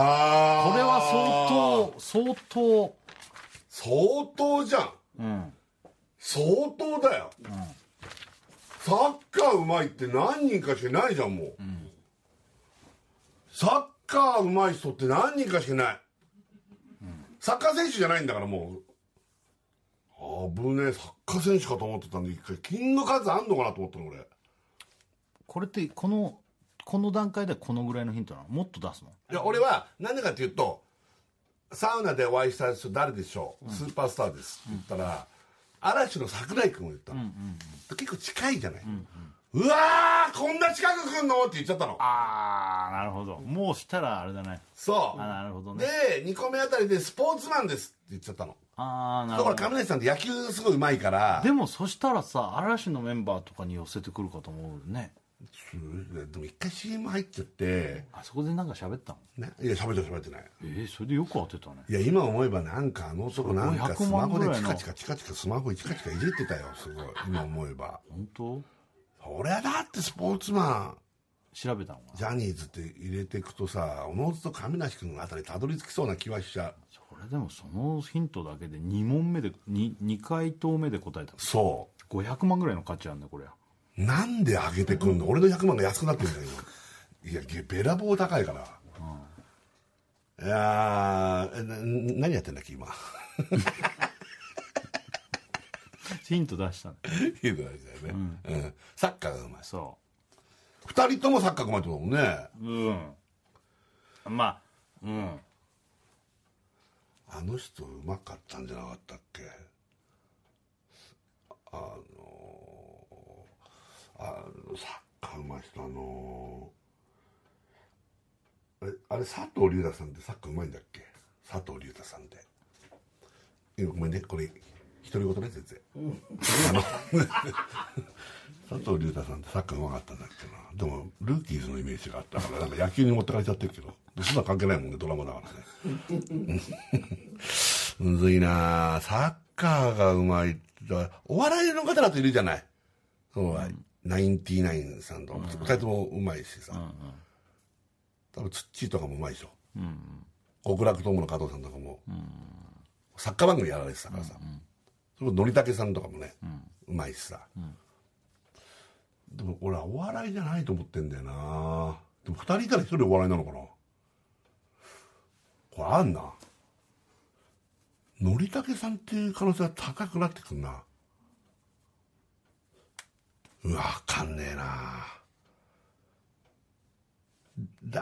は
相当相当
相当相当じゃん
うん
相当だよ、サッカーうまいって何人かしかいないじゃんもう、サッカーうまい人って何人かしかいない、サッカー選手じゃないんだからもう危ねえサッカー選手かと思ってたんで一回金の数あんのかなと思ったの俺
これってこのこの段階ではこのぐらいのヒントなのもっと出すの
いや俺は何でかっていうとサウナでお会いした人誰でしょう、スーパースターですって言ったら、嵐の桜井君を言ったの、結構近いじゃない、うわーこんな近く来んのって言っちゃったの
ああなるほどもうしたらあれだね
そう
あなるほどね
で2個目あたりでスポーツマンですって言っちゃったの
ああな
だ
る
か
ほ
ら
ど
亀梨さんって野球すごいうまいから
でもそしたらさ嵐のメンバーとかに寄せてくるかと思うね
でも一回 CM 入っちゃって、
あそこでなんか喋ったの
ね、いや喋って喋ってない
えー、それでよく当てたね
いや今思えばなんかあの男なんかス
500
マ
万
ホ
ぐ
で
らい
チ
の
カチカチカチカスマホチカチカいじってたよすごい今思えば
本当
俺はだってスポーツマ
調べたのか
ン
な
ジャニーズって入れていくとさおのずと亀梨君あたりたどり着きそうな気はしちゃう
それでもそのヒントだけで2問目で 2, 2回答目で答えたの
そ
500万ぐらいの価値あるねこれ
うなんで上げてくんの俺の100万が安くなってんだよ今いやげべらぼう高いから、いやーえな何やってんだっけ今
ヒント出したね
いいのあれだよね、うんサッカーがうまい
そ
2人ともサッカーがうまいってことだもんね
ううんまあうん
あの人うまかったんじゃなかったっけあのあのサッカーうまい人あのあれあれ佐藤龍太さんってサッカーうまいんだっけ佐藤龍太さんっていやごめんねこれ独り言ね全然、 佐藤龍太さんってサッカーうまかったんだっけなでもルーキーズのイメージがあったからなんか野球に持ってかれちゃってるけどそんなん関係ないもんねドラマだからね むずいなあサッカーがうまいってお笑いの方だといるじゃないそうは、ナインティナインさんとか二人ともうまいしさ、多分ツッチーとかもうまいでしょ、極楽友の加藤さんとかも、サッカー番組やられてたからさ、それこそのりたけさんとかもね、うまいしさ、でも俺はお笑いじゃないと思ってんだよなでも二人いたら一人お笑いなのかなこれあんなのりたけさんっていう可能性は高くなってくんなうわわかんねえな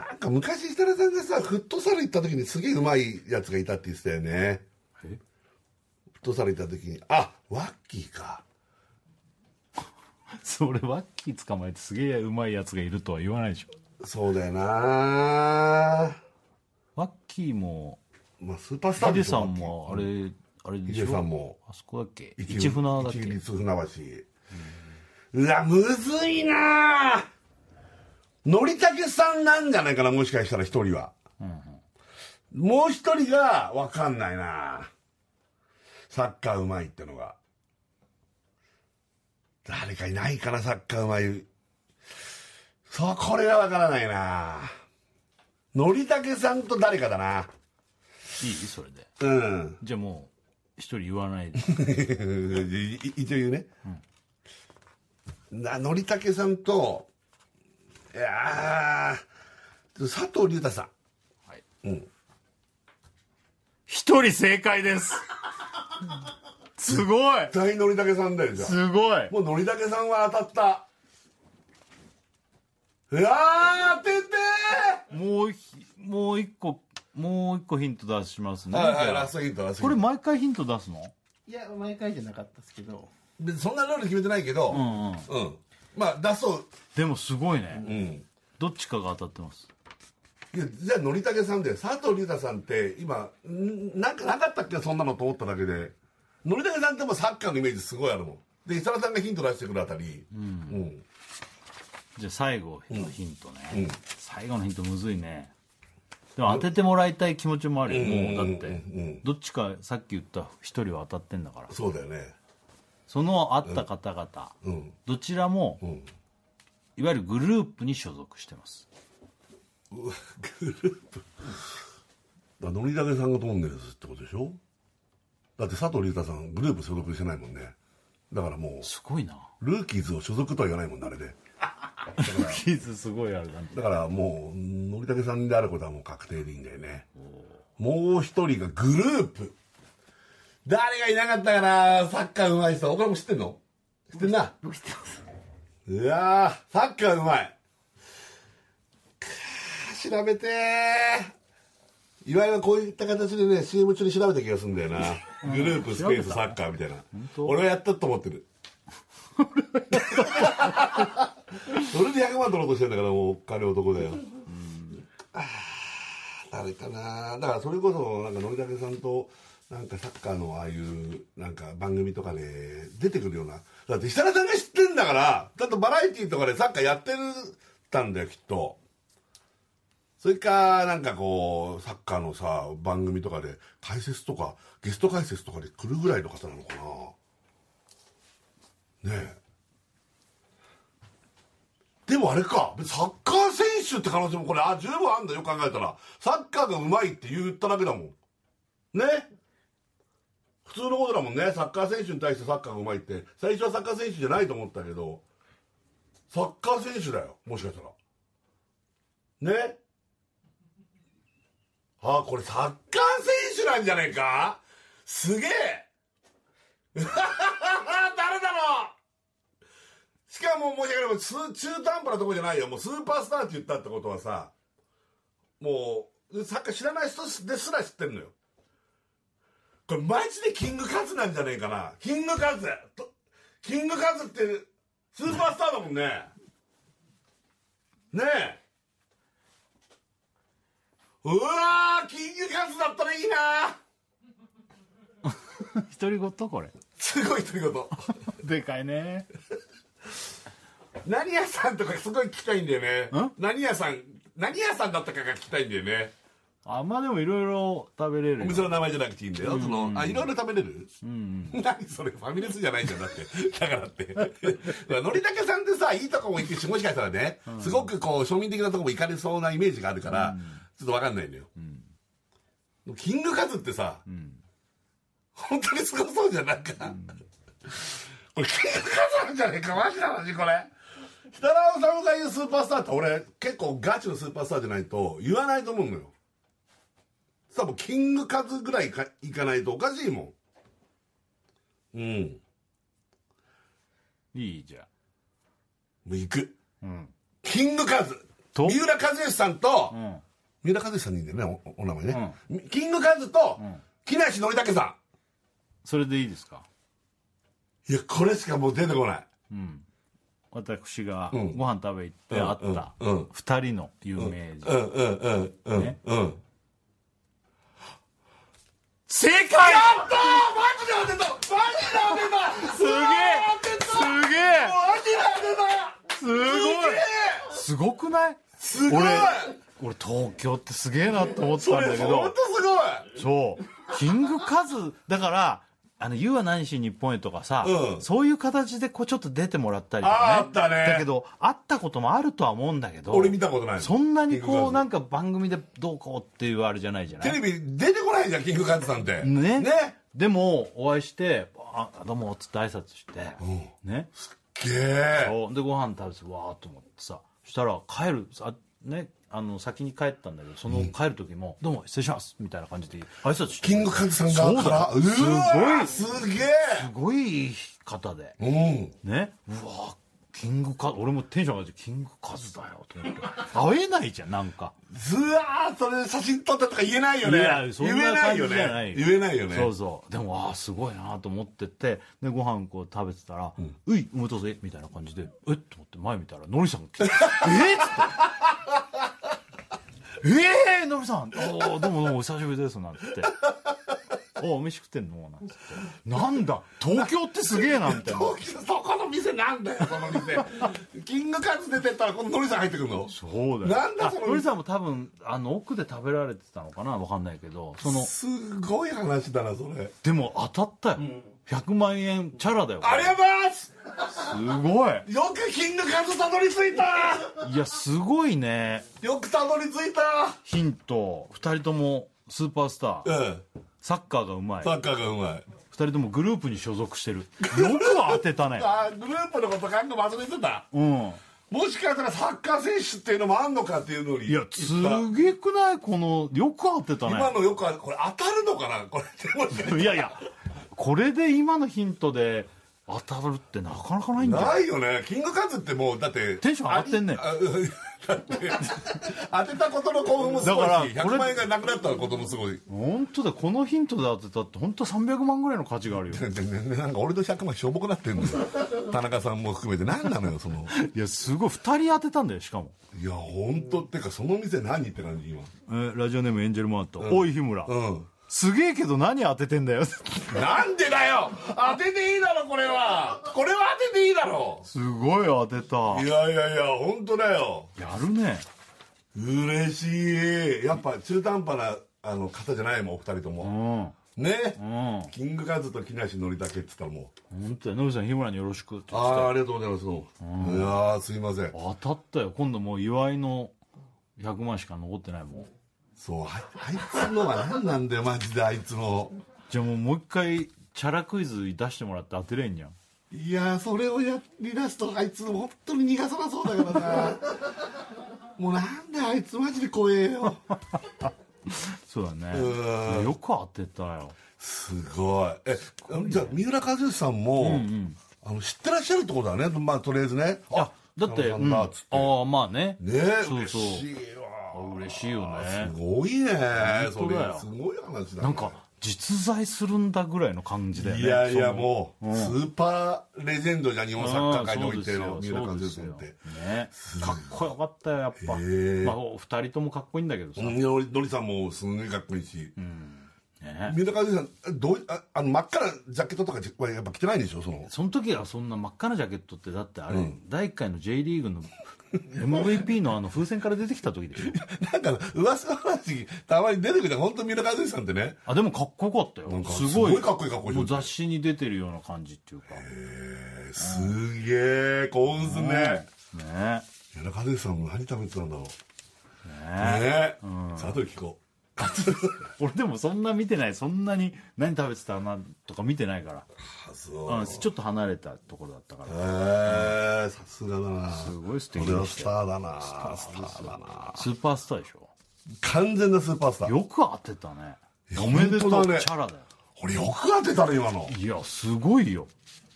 なんか昔設楽さんがさフットサル行った時にすげえうまいやつがいたって言ってたよねフットサル行った時にあワッキーか
それワッキー捕まえてすげえうまいやつがいるとは言わないでしょ
そうだよな
ワッキーも
まあスーパースター
ヒ
で
デ
しょ
さんもあれあれでし
ヒデさん
ょ
も
あそこだっけ
一
一船だっけ
一律船橋、うわむずいなあのりたけさんなんじゃないかなもしかしたら一人は、もう一人が分かんないなあサッカーうまいってのが誰かいないからサッカーうまいそうこれが分からないなあのりたけさんと誰かだない
いそれで
うん
じゃあもう一人言わない で
いい一応言うね、なのりたけさんといやー佐藤隆太さん
一人正解ですすごい
大のりたけさんだよじゃあ
すごい
もうのりたけさんは当たったいやー当てて
もうひもう一個もう一個ヒント出しますね、
ー
じゃあ
トヒントラス
こ
こ
れ
れ
毎回ヒント出すの
いや毎回じゃなかったですけど
別にそんなルール決めてないけどう
うんうん
ん、まあ出そう
でもすごいね、
うん
どっちかが当たってます
いやじゃあのりたけさんで佐藤隆太さんって今んなんかなかったっけそんなのと思っただけでのりたけさんってもうサッカーのイメージすごいあるもんで設楽さんがヒント出してくるあたりうん、
じゃあ最後のヒントね、最後のヒントむずいねでも当ててもらいたい気持ちもあるよ、もうだって、どっちかさっき言った一人は当たってんだから
そうだよね
そのあった方々、
うん
どちらも、
ん
いわゆるグループに所属してます
だからのりたけさんがトンネルズってことでしょだって佐藤隆太さんグループ所属してないもんねだからも
すごいな
うルーキーズを所属とは言わないもんねあれで
キーズすごいあれだね
だからもうのりたけさんであることはもう確定でいいんだよねもう一人がグループ誰がいなかったかなサッカーうまい人岡田も知ってんの知ってんな
僕知ってます
うわーサッカーうまいくー調べてーいわゆるこういった形でね CM 中に調べた気がするんだよなグループスペースサッカーみたいな俺はやったと思ってる俺で100万取ろうとしてんだからもうおっかねえ男だよあー誰かなだからそれこそなんかのりたけさんとなんかサッカーのああいうなんか番組とかで出てくるようなだって設楽さんが知ってんだからだってバラエティーとかでサッカーやってるたんだよきっとそれかなんかこうサッカーのさ番組とかで解説とかゲスト解説とかで来るぐらいの方なのかなねえでもあれかサッカー選手って可能性もこれあ十分あんだよ考えたらサッカーがうまいって言っただけだもんね普通のことだもんねサッカー選手に対してサッカーがうまいって最初はサッカー選手じゃないと思ったけどサッカー選手だよもしかしたらねあこれサッカー選手なんじゃねえかすげえ 誰だろうしかも申し訳ないす中途半端なとこじゃないよもうスーパースターって言ったってことはさもうサッカー知らない人ですら知ってるのよこれマジでキングカズなんじゃねえかなキングカズとキングカズってスーパースターだもんねねえうわー金魚キャンスだったらいいな
独り言これ
すごいというこ
でかいね
と何屋さんとかすごい聞きたいんだよね何屋さん何屋さんだったかが聞きたいんだよね
あまあでもいろいろ食べれる
お
よ
店の名前じゃなくていいんだよ、そのあいろいろ食べれる、何それファミレスじゃないじゃんだってだから ってだからのりたけさんってさいいとこも行ってしもしかしたらね、すごくこう庶民的なとこも行かれそうなイメージがあるから、ちょっとわかんないんだよ、でもキングカズってさ、本当にすごそうじゃんなんか、これキングカズなんじゃねえかマジな話これ設楽さんが言うスーパースターって俺結構ガチのスーパースターじゃないと言わないと思うのよ、多分キングカズぐらいかいかないとおかしいもんうん
いいじゃん
もう行く、キングカズ
と
三浦知良さんと、
ん
三浦知良さんにいいんだよねおお名前ね、キングカズと、木梨憲武さ
それでいいですか
んいやこれしかもう出てこない
私が
ん
ご飯食べ行って会った
うんうん
二人の有名人
うんうんうんうん、
ね
うん
正解
やったーマジで当てたマジで当てた
すげえ
うわー当てた
すごいすごくない
すごい
俺俺東京ってすげえなと思ってたん
マジ
だ
で当てたすごい
け
それほん
どそ
とすごい
うキングカズだから「あの YOU は何しに日本へ」とかさ、
うん
そういう形でこうちょっと出てもらったりと
あー
か
あっ
ね
たね
だけど会ったこともあるとは思うんだけど
俺見たことない
そんなに
キングカ
こう
ズ
なんか番組でどうこうっていうあれじゃないじゃない
テレビ出てこないじゃん、キングカズさんって。
ね
ね。
でもお会いして「あどうも」っつって挨拶して、ね
げえ。
そうでご飯食べてわーっと思ってさそしたら帰るさねあの先に帰ったんだけどその帰る時も「どうも失礼します」みたいな感じで挨拶して
キングカズさんがから、
そうだよ
わ
す
すげ
すごい方で
え。
ねうわキングカズ俺もテンション上がってキングカズだよと思って会えないじゃんなんか
うん。ずわー、それで写真撮ったとか言えないよね。
いやそんな
言えないよ
感じじゃない
ね。言えないよね。
そうそうでもああすごいなと思っててでご飯こう食べてたら「ういおめでとうぜ」みたいな感じで「えっ?」と思って前見たらのりさんが 来て「えっ?」つって「えー、のりさんおーどうもどうもお久しぶりです」なんつって「おお飯食ってんの?」なんつって「なんだ東京ってすげえな」みたいな
東京そこの店なんだよ、その店。キングカズ出てったら、このノリさん入ってくるの
そうだよ
なんだ
あ
その
のりさんも多分あの奥で食べられてたのかなわかんないけどその
すごい話だな、それ。
でも当たったよ、100万円チャラだよ
ありがとうございます
すごい
よくキングカズたどり着いた
いやすごいね
よくたどり着いた
ヒント2人ともスーパースター
うん。
サッカーがうまい
サ
2
ッカーがうまい。
人ともグループに所属してるよく当てたね
あーグループのこと考え忘れてた
うん
もしかしたらサッカー選手っていうのもあんのかっていうのに
いや
言っ
す
た
げえくないこのよく当てた
今
ね
のよくあるこれ当たるのかなこれって思って
いやいやこれで今のヒントで当たるってなかなかないんじゃない
ないよねキングカズってもうだって
テンション上がってんね
あうんだって当てたことの興奮もすごい
だから
し
これ
100万円がなくなったこともすごい
本当だこのヒントで当てたって本当300万ぐらいの価値があるよ
でででなんか俺の100万しょぼくなってんのよ田中さんも含めて何なのよその
いやすごい2人当てたんだよしかも、
いや本当ってかその店何って感じ今
えーラジオネームエンジェルマート、おい日村、
うん
すげえけど何当ててんだよ
なんでだよ当てていいだろこれはこれは当てていいだろ
すごい当てた
いやいやいや本当だよ
やるね
嬉しいやっぱ中途半端なあの方じゃないもんお二人と
う
も、
ん
ね、
うん
キングカズと木梨憲武って言ったらもう
本当やノブさん日村によろしくって
ああありがとうございます、いやーすいません
当たったよ今度もう祝いの100万しか残ってないもん
そうああいつのは何なんだよマジであいつ の
じゃあもうもう一回チャラクイズ出してもらって当てれんじゃん
いやーそれをやりだすとあいつ本当に逃がさなそうだからなもうなんであいつマジで怖えよ
そうだね
う
よく当てたよ
すごいえじゃあ三浦和義さんも、あの知ってらっしゃるってことだねまあとりあえずね
あだって、
な
うんん、
だ
あ
っつって、
あまあね
ね
そうそう
嬉しいわ
嬉しいよね
すごいね
本当だよ
それすごい話だね
なんか実在するんだぐらいの感じだよね
いやいや
その
もう、スーパーレジェンドじゃん日本サッカー界において
う
の
ん
三浦
そう
知
で
良
す
さん
よ
って
ねかっこよかったよやっぱ、
へえ
まあ、お二人ともかっこいいんだけどさ、ね
ノリノリさんもすんげえかっこいいし、三浦知良さんどういああの真っ赤なジャケットとかはやっぱ着てないんでしょその
その時はそんな真っ赤なジャケットってだってあれ、第1回の J リーグの MVP のあの風船から出てきた時でしょ
なんか噂話たまに出てくるじゃん本当三浦知良さんってね
あでもかっこよかったよ
か
すごい
すごいかっこいいかっこいい
もう雑誌に出てるような感じっていうか
すげえ興奮すんね
ね
三浦知良さんも何食べてたんだろうねえさあ後で聞こ
俺でもそんな見てないそんなに何食べてたなとか見てないか
うはずを
ら、うん、ちょっと離れたところだったから
へえさすがだなす
ごい素敵でしたよ
俺はスターだなスターだな
スーパースターでしょ
完全なスーパースター
よく当てたね
いや
おめでとう
本当だね
チャラだよ
俺よく当てたね今の
いやすごいよ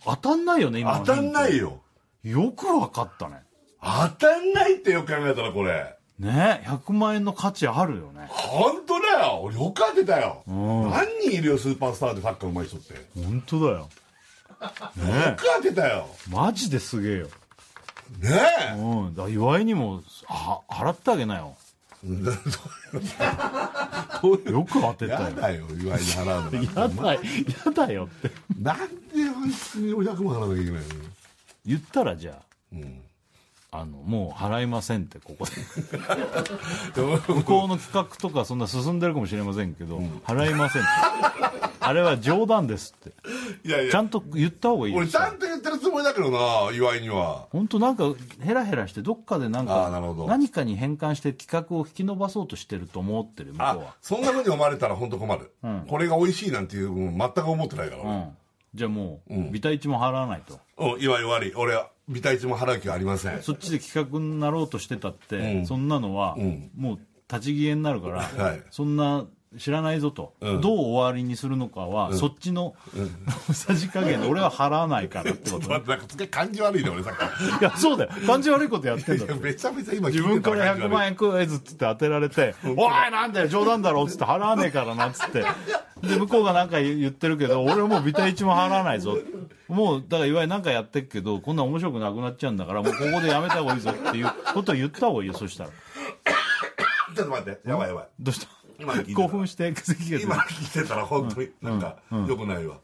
当たんないよね今の
当たんないよ
よく分かったね
当たんないってよく考えたらこれ
ね100万円の価値あるよね
本当だよ俺よく当てたよ何人いるよスーパースターでサッカーうまい人ってよ
本当だよ
く当てたよ
マジですげえよ
ねえ
うんだから岩井にもあ払ってあげなよ
どういう
よく当てた
や
よ
だよ岩井に払うの
やだよやだよって
なんであいつに500万払わなきゃいけないの
言ったらじゃ
うん
ああのもう払いませんってここで
でも
向こうの企画とかそんな進んでるかもしれませんけど、払いませんってあれは冗談ですって
いやい
ちゃ
や
んと言った方がいいよ
俺ちゃんと言ってるつもりだけどな岩井には
本当なんかヘラヘラしてどっかでなん
あーなる
か
ほど
何かに変換して企画を引き伸ばそうとしてると思ってる向こう
あ
は、
そんなふうに思われたら本当困る、これが美味しいなんていううん全く思ってないから
う
俺、
ん、じゃあもう、ビタ一も払わないと
うん、岩井悪い俺ビタイチも払う気はありません
そっちで企画になろうとしてたって、そんなのは、もう立ち消えになるから、
はい
そんな知らないぞと、どう終わりにするのかは、そっちの、 さじ加減で俺は払わないからってことね、
なんかすげえ感じ悪いね俺さっ
い
き
やそうだよ感じ悪いことやってんだって
めちゃめちゃ今
自分から100万円クイズっつって当てられて「おいなんだよ冗談だろ」っつって払わねえからなっつってで向こうが何か言ってるけど俺はもうビタ一も払わないぞもうだからいわゆる何かやってっけどこんなん面白くなくなっちゃうんだからもうここでやめた方がいいぞっていうことを言った方がいいよそしたら
円ちょっと待ってやばいやばい
どうした
今聞いてた
興奮して咳が出
今
た
聞いてたら本当になんかよくないわ、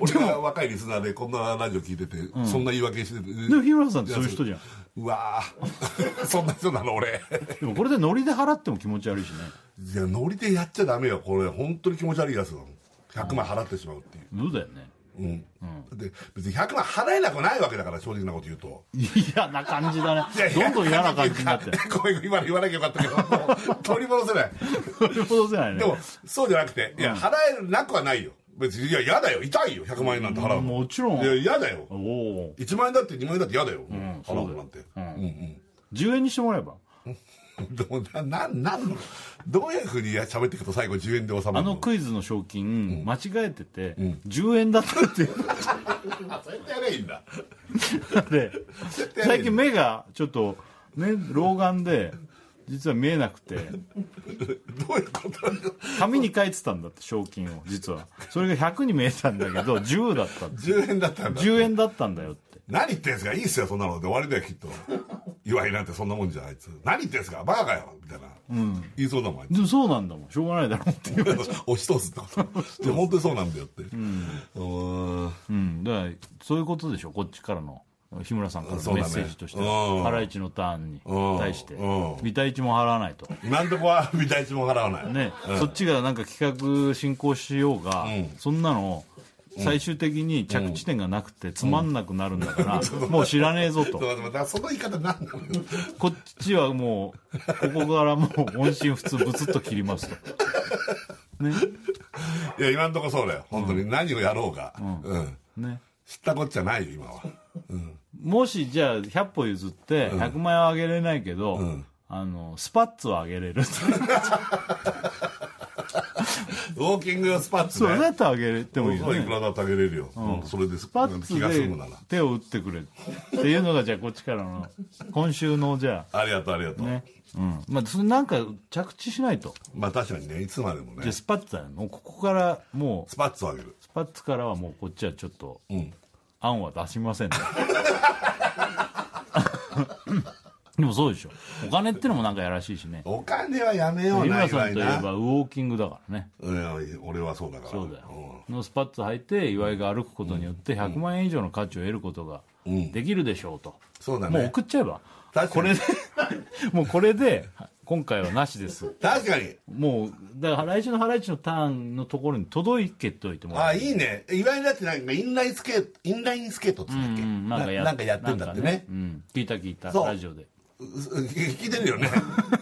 俺が若いリスナーでこんなラジオ聞いてて、そんな言い訳してて
でも日村さんってそういう人じゃん
うわー そんな人なの俺
でもこれでノリで払っても気持ち悪いしね
いやノリでやっちゃダメよこれ本当に気持ち悪いやつだもん100万払ってしまうっていう
そうだよね
うん、で別に100万払えなくないわけだから正直なこと言うと
嫌な感じだねどんどん嫌な感じになって
いや ごめんごめん今の言わなきゃよかったけども う取り戻せない
取り戻せないね
でもそうじゃなくていや払えなくはないよ別にいや嫌だよ痛いよ100万円なんて払うの
もちろん
いや嫌だよ
おお
1万円だって2万円だって嫌だよ、払うなんてうんうん
10円にしてもらえば
どうなななんのどういうふうに喋っていくと最後10円で収ま
あ
るの
のクイズの賞金、間違えてて、10円だったっていう
あそうやってやればいいんだ
ので最近目がちょっとね老眼で実は見えなくて
どういうこと
紙に書いてたんだって賞金を実はそれが100に見えたんだけ ど10だったって
10円だったんだ
10円だったんだよって
何言ってんすかいいっすよそんなので終わりだよきっと岩井なんてそんなもんじゃんあいつ何言ってんすかバカかよみたいな、言いそうだもんあい つ
でもそうなんだもんしょうがないだろうっていう、
押し通すってことで本当にそうなんだよってうん
うん、だからそういうことでしょこっちからの日村さんからのメッセージとして
そうだねうん
ハライチのターンに対して
うん
ビタイチも払わないと
今んとこは 見た一も払わない、
ね、そっちがなんか企画進行しようが、そんなの最終的に着地点がなくてつまんなくなるんだから、もう知らねえぞ
そ
と
うだからその言い方何なのよ
こっちはもうここからもう音信不通ブツッと切りますと
いや今んとこそうだよ本当に何をやろうが、うん
ね
知ったこっちゃないよ今は
もしじゃあ100歩譲って100万円はあげれないけど、あのスパッツはあげれる
ウォーキング用スパッツ
そうだ
ね
ったらあげてもいいよ
そういく
ね
らだってあげれるよ、うんそれです
パッツ
気が済むな
で
ら
手を打ってくれっていうのがじゃあこっちからの今週のじゃ
ありがとうありが
あ
とう、
ねうんまあそれなんか着地しないと
まあ確かにねいつまでも
じゃ
ね
あスパッツだよもうここからもう
スパッツをあげる
スパッツからはもうこっちはちょっと
うん
案は出しませんね でもそうでしょお金ってのもなんかやらしいしね
お金はやめよう
日
な
村
い
さ
わ
ん
い
といえ
な
ばウォーキングだからね
うん俺はそうだから
そうだよ、のスパッツ履いて岩井が歩くことによって100万円以上の価値を得ることができるでしょうと、
そうだ
もう
ね
送っちゃえば
確か
こ
に
れで もうこれで今回はなしです
確かに
もうだから来週のハライチのターンのところに届けといてもら
あ
う
いいね岩井だってなんかインラインスケートインラインスケートっつうんだっけ、
うん
ななんかやってんだってね
なんかうん、聞いた聞いた
そう
ラジオで
うう聞いてる よね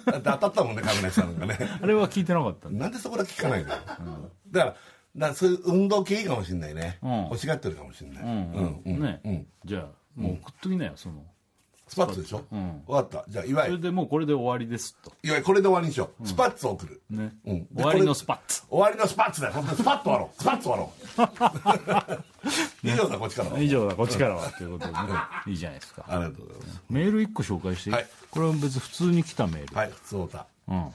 だって当たったもんね亀梨さんなんかね
あれは聞いてなかったんだ
なんでそこだけ聞かないの、だからだからそういう運動系いいかもしんないね、
うん
欲しがってるかもしんない、
うん
うんうん
ね、
うん
じゃあもう送っときなよその
スパッツでしょ、
うん
分かったじゃあ岩
それ
井
でもうこれで終わりですと
岩井これで終わりにしよう、スパッツを送る、
ね、
うんで
終わり
こ
の
れ
スパッツ
終わりのスパッツだよ本当にスパッと終わろうスパッと終わろ う以上だこっちからは
以上だこっちからはということでねいいじゃないですか
ありがとうございます
メール1個紹介していい、
はい
これは別に普通に来たメール、
はいそうだ
うん、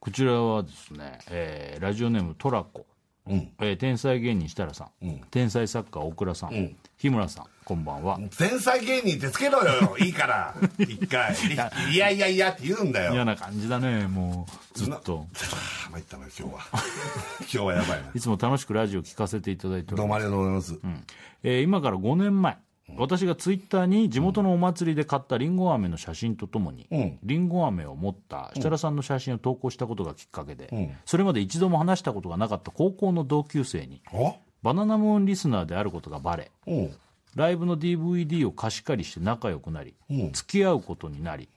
こちらはですね、えーラジオネームトラコ、
うん
えー天才芸人設楽さん、天才作家大倉さん、日村さんこんばんは
天才芸人ってつけろよいい から一回いやいやいやって言うんだよ
嫌な感じだねもうずっと
あ参ったな今日は 今日はやばいない
つも楽しくラジオ聞かせていただいております
どうもありがとうございます、
えー今から5年前私がツイッターに地元のお祭りで買ったりんご飴の写真とともに
ん
りんご飴を持った設楽さんの写真を投稿したことがきっかけで、それまで一度も話したことがなかった高校の同級生に
お
バナナムーンリスナーであることがバレ
うん
ライブの DVD を貸し借りして仲良くなり、付き合うことになり、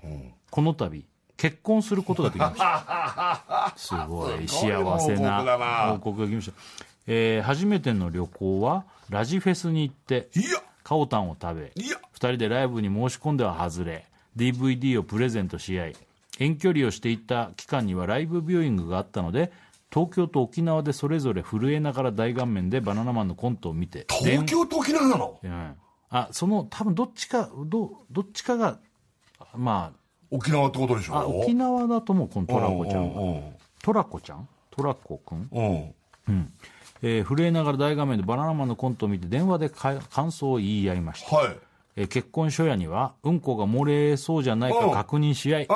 この度結婚することができました すごい
すごい
幸せ
報告だな
な報告が来ました、えー初めての旅行はラジフェスに行って
いや
カオタンを食べ
いや
2人でライブに申し込んでは外れ DVD をプレゼントし合い遠距離をしていた期間にはライブビューイングがあったので東京と沖縄でそれぞれ震えながら大画面でバナナマンのコントを見て電
東京と沖縄なの
うん、あその多分どっちかどどっちかがま
沖縄ってことでしょ
ああ沖縄だともうこのトラコちゃんが
う
トラコちゃんトラコくん、
んうんうん
えー震えながら大画面でバナナマンのコントを見て電話でか感想を言い合いました、
はい
えー結婚初夜にはうんこが漏れそうじゃないか確認し合い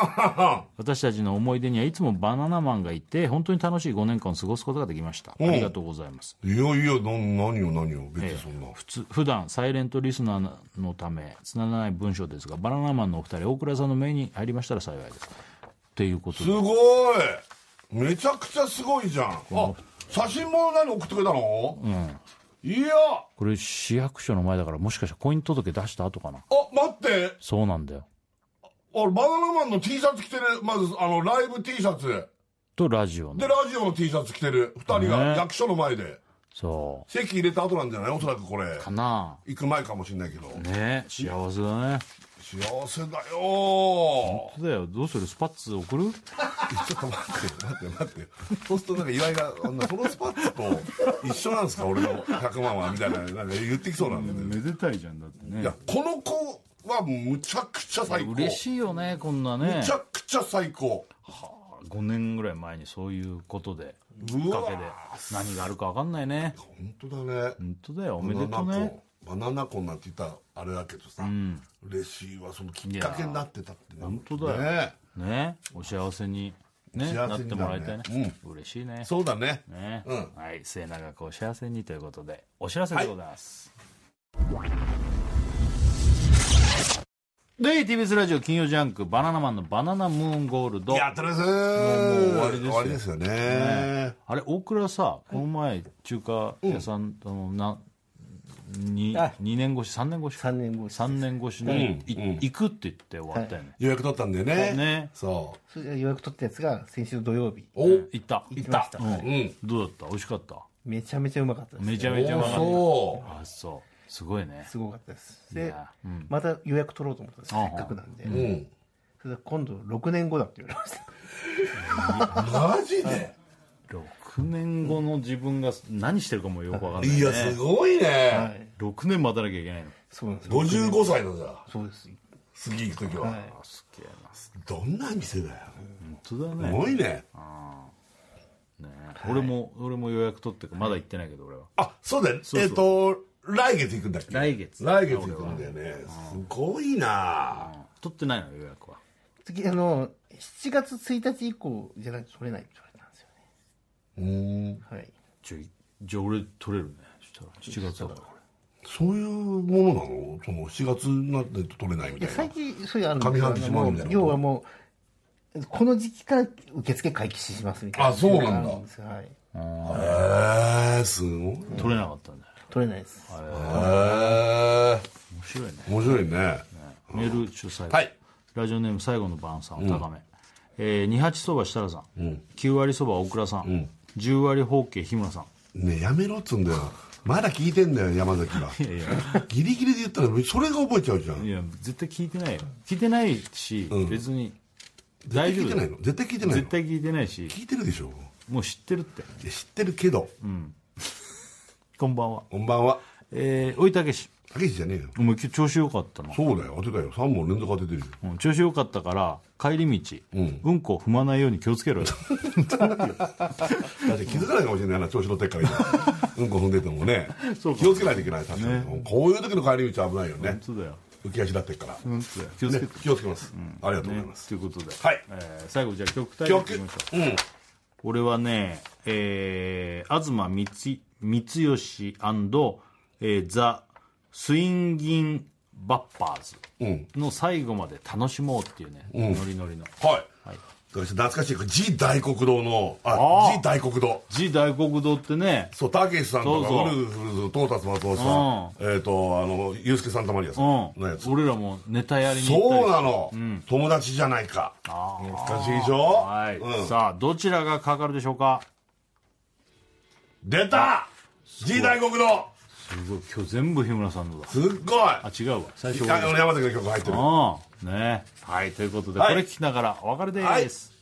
私たちの思い出にはいつもバナナマンがいて本当に楽しい5年間を過ごすことができましたありがとうございます
いやいやな何よ何よ別にそんな、
普通普段サイレントリスナーのためつながらない文章ですがバナナマンのお二人大倉さんの目に入りましたら幸いですということ
す
で
ごいめちゃくちゃすごいじゃんあ写真も何送ってくれたの、いやあ
これ市役所の前だからもしかしたら婚姻届出した後かな
待って
そうなんだよ
俺バナナマンの T シャツ着てるまずあのライブ T シャツ
とラジオの
でラジオの T シャツ着てる2人が
ね
役所の前で、
そ
席入れた後なんじゃないおそらくこれ
うかな
行く前かもしれないけど、
ね幸せだね
幸せだよ
そうだよどうするスパッツ送る
ちょっと待って待って待ってそうするとなんか岩井があんな「そのスパッツと一緒なんですか俺の100万は」みたいななんか言ってきそうなんで、ね、
めでたいじゃんだって
い
ね
やこの子はむちゃくちゃ最高
嬉しいよねこんなね
むちゃくちゃ最高
5年ぐらい前にそういうことでき
う
っか
わ
けで何があるか分かんないね
本当だね
本当だよお
バ
めでと
ナ
う
ナ
ね
子バナナ子になって言ったらあれだけどさ、嬉しいわそのきっかけになってたってね
本当だよ
ね
ねお幸せに,、ね
幸せに
な
な
っ
るね
てもらいたいね、嬉しいね
そうだね
ね、
うん
はい末永くお幸せにということでお知らせでございます、で TBS ラジオ金曜ジャンク「バナナマンのバナナムーンゴールド」
やったですもう
もう終わりですよ
終わりですよね
あれ大倉さこの前中華屋さん、あのな 2,
あ
二年越し3年越し
3年後
3年越しに、い行くって言って終わったよね、
予約取ったんだよね
ね
そ
それ予約取ったやつが先週土曜日
うおう
行った
行きました
うん
ん
どうだった美味しかった
めちゃめちゃうまかったです
めちゃめちゃうまかった
お
あそうすごいね
すごかったです
い
で
やうん
また予約取ろうと思ったんです
あ
せ
は
っかくなんで
ううん
それで今度6年後だって言われました
マジで
6 6年後の自分が何してるかもよくわかんない、ね、
いや、すごいね。
はい。
6年待たなきゃいけないの
そうなんですよ。
55歳なんだ。
そうです。
次行くときは、
はい。
すげえな
どんな店だよ。
本当だ
す
ね
ごいね。
ね俺も俺も予約取ってかまだ行ってないけど俺は
あ、そうだよ。
う
えっと、来月行くんだっけ
来月
来月行くんだよね。すごいな
取ってないの予約は
次、あの、7月1日以降じゃないと取れないって言われたんですよね。
うん。
はい。
ちょいじゃあ俺取れるねそしたら7月だからこ
そういうものなのその7月になって取れないみ
いや、
たい
最
な。
近、そういうのある
上半
んですよ
期
あの
閉まるみたいな
要はもう、この時期から受付開始しますみたいな。
あそうなんだ
あるですよはい。
へえー、すごい。へ
取れなかったんだよ
取れないです。
えー、
面白いね
面白いね。
メール主催、
はい
ラジオネーム最後の晩さんお高め、えー二八そば設楽さん、九割そば大倉さん、十割ホッケー日村さん
ねえやめろっつうんだよ。まだ聞いてんだよ、山崎は。
いや
ギリギリで言ったら、それが覚えちゃうじゃん。
いや絶対聞いてないよ聞いてないし、別に
絶対
大丈
聞いて
夫
な
だ
い
よ
の絶対聞いてないの
絶対聞いてないし
聞いてるでしょ
もう知ってるって
いや知ってるけど、
こんばんは
こんばんは
えー、おいたけした
けしじゃねえよ
お前今日調子良かったな
そうだよ当てたよ3問連続当ててるよ
うん調子良かったから帰り道、うん、こを踏まないように気をつけろよ
だって気づかないかもしれないな調子乗ってっから 今うんこ踏んでてもね気をつけないといけない確かに、こういう時の帰り道は危ないよね
そうだよ
浮き足立ってっから、ね、
気をつけて、
気をつけます、ありがとうございます、
ということで、
はい
えー最後じゃあ曲対
気を
応
つけ
きましょう
うん
俺はね、えー、東光光吉、えー、ザ・スインギン・バッパー
うん
ズの最後まで楽しもうっていうね、ノリノリの。
はい、
はい
そして懐かしいジ大黒堂のあ
あー
ジ大黒堂
ジ・大黒堂ってね、
そうたけしさんとか
そう
ウ
そう
ルフルズトータス松尾さん、えっ、とあのユースケ・サンタマリアさ
うんん
のやつ、
俺らもネタやりに行ったり
そうなの、友達じゃないか懐かしいでしょ、
はい、
うん、
さあ、どちらがかかるでしょうか
出た G 大黒堂
すごい、今日全部日村さんのだ。
すっごい
あ、違うわ。最初
あの山崎の曲入ってる
うん、ねはい、ということで、
はい
これ聞きながらお別れです。
はい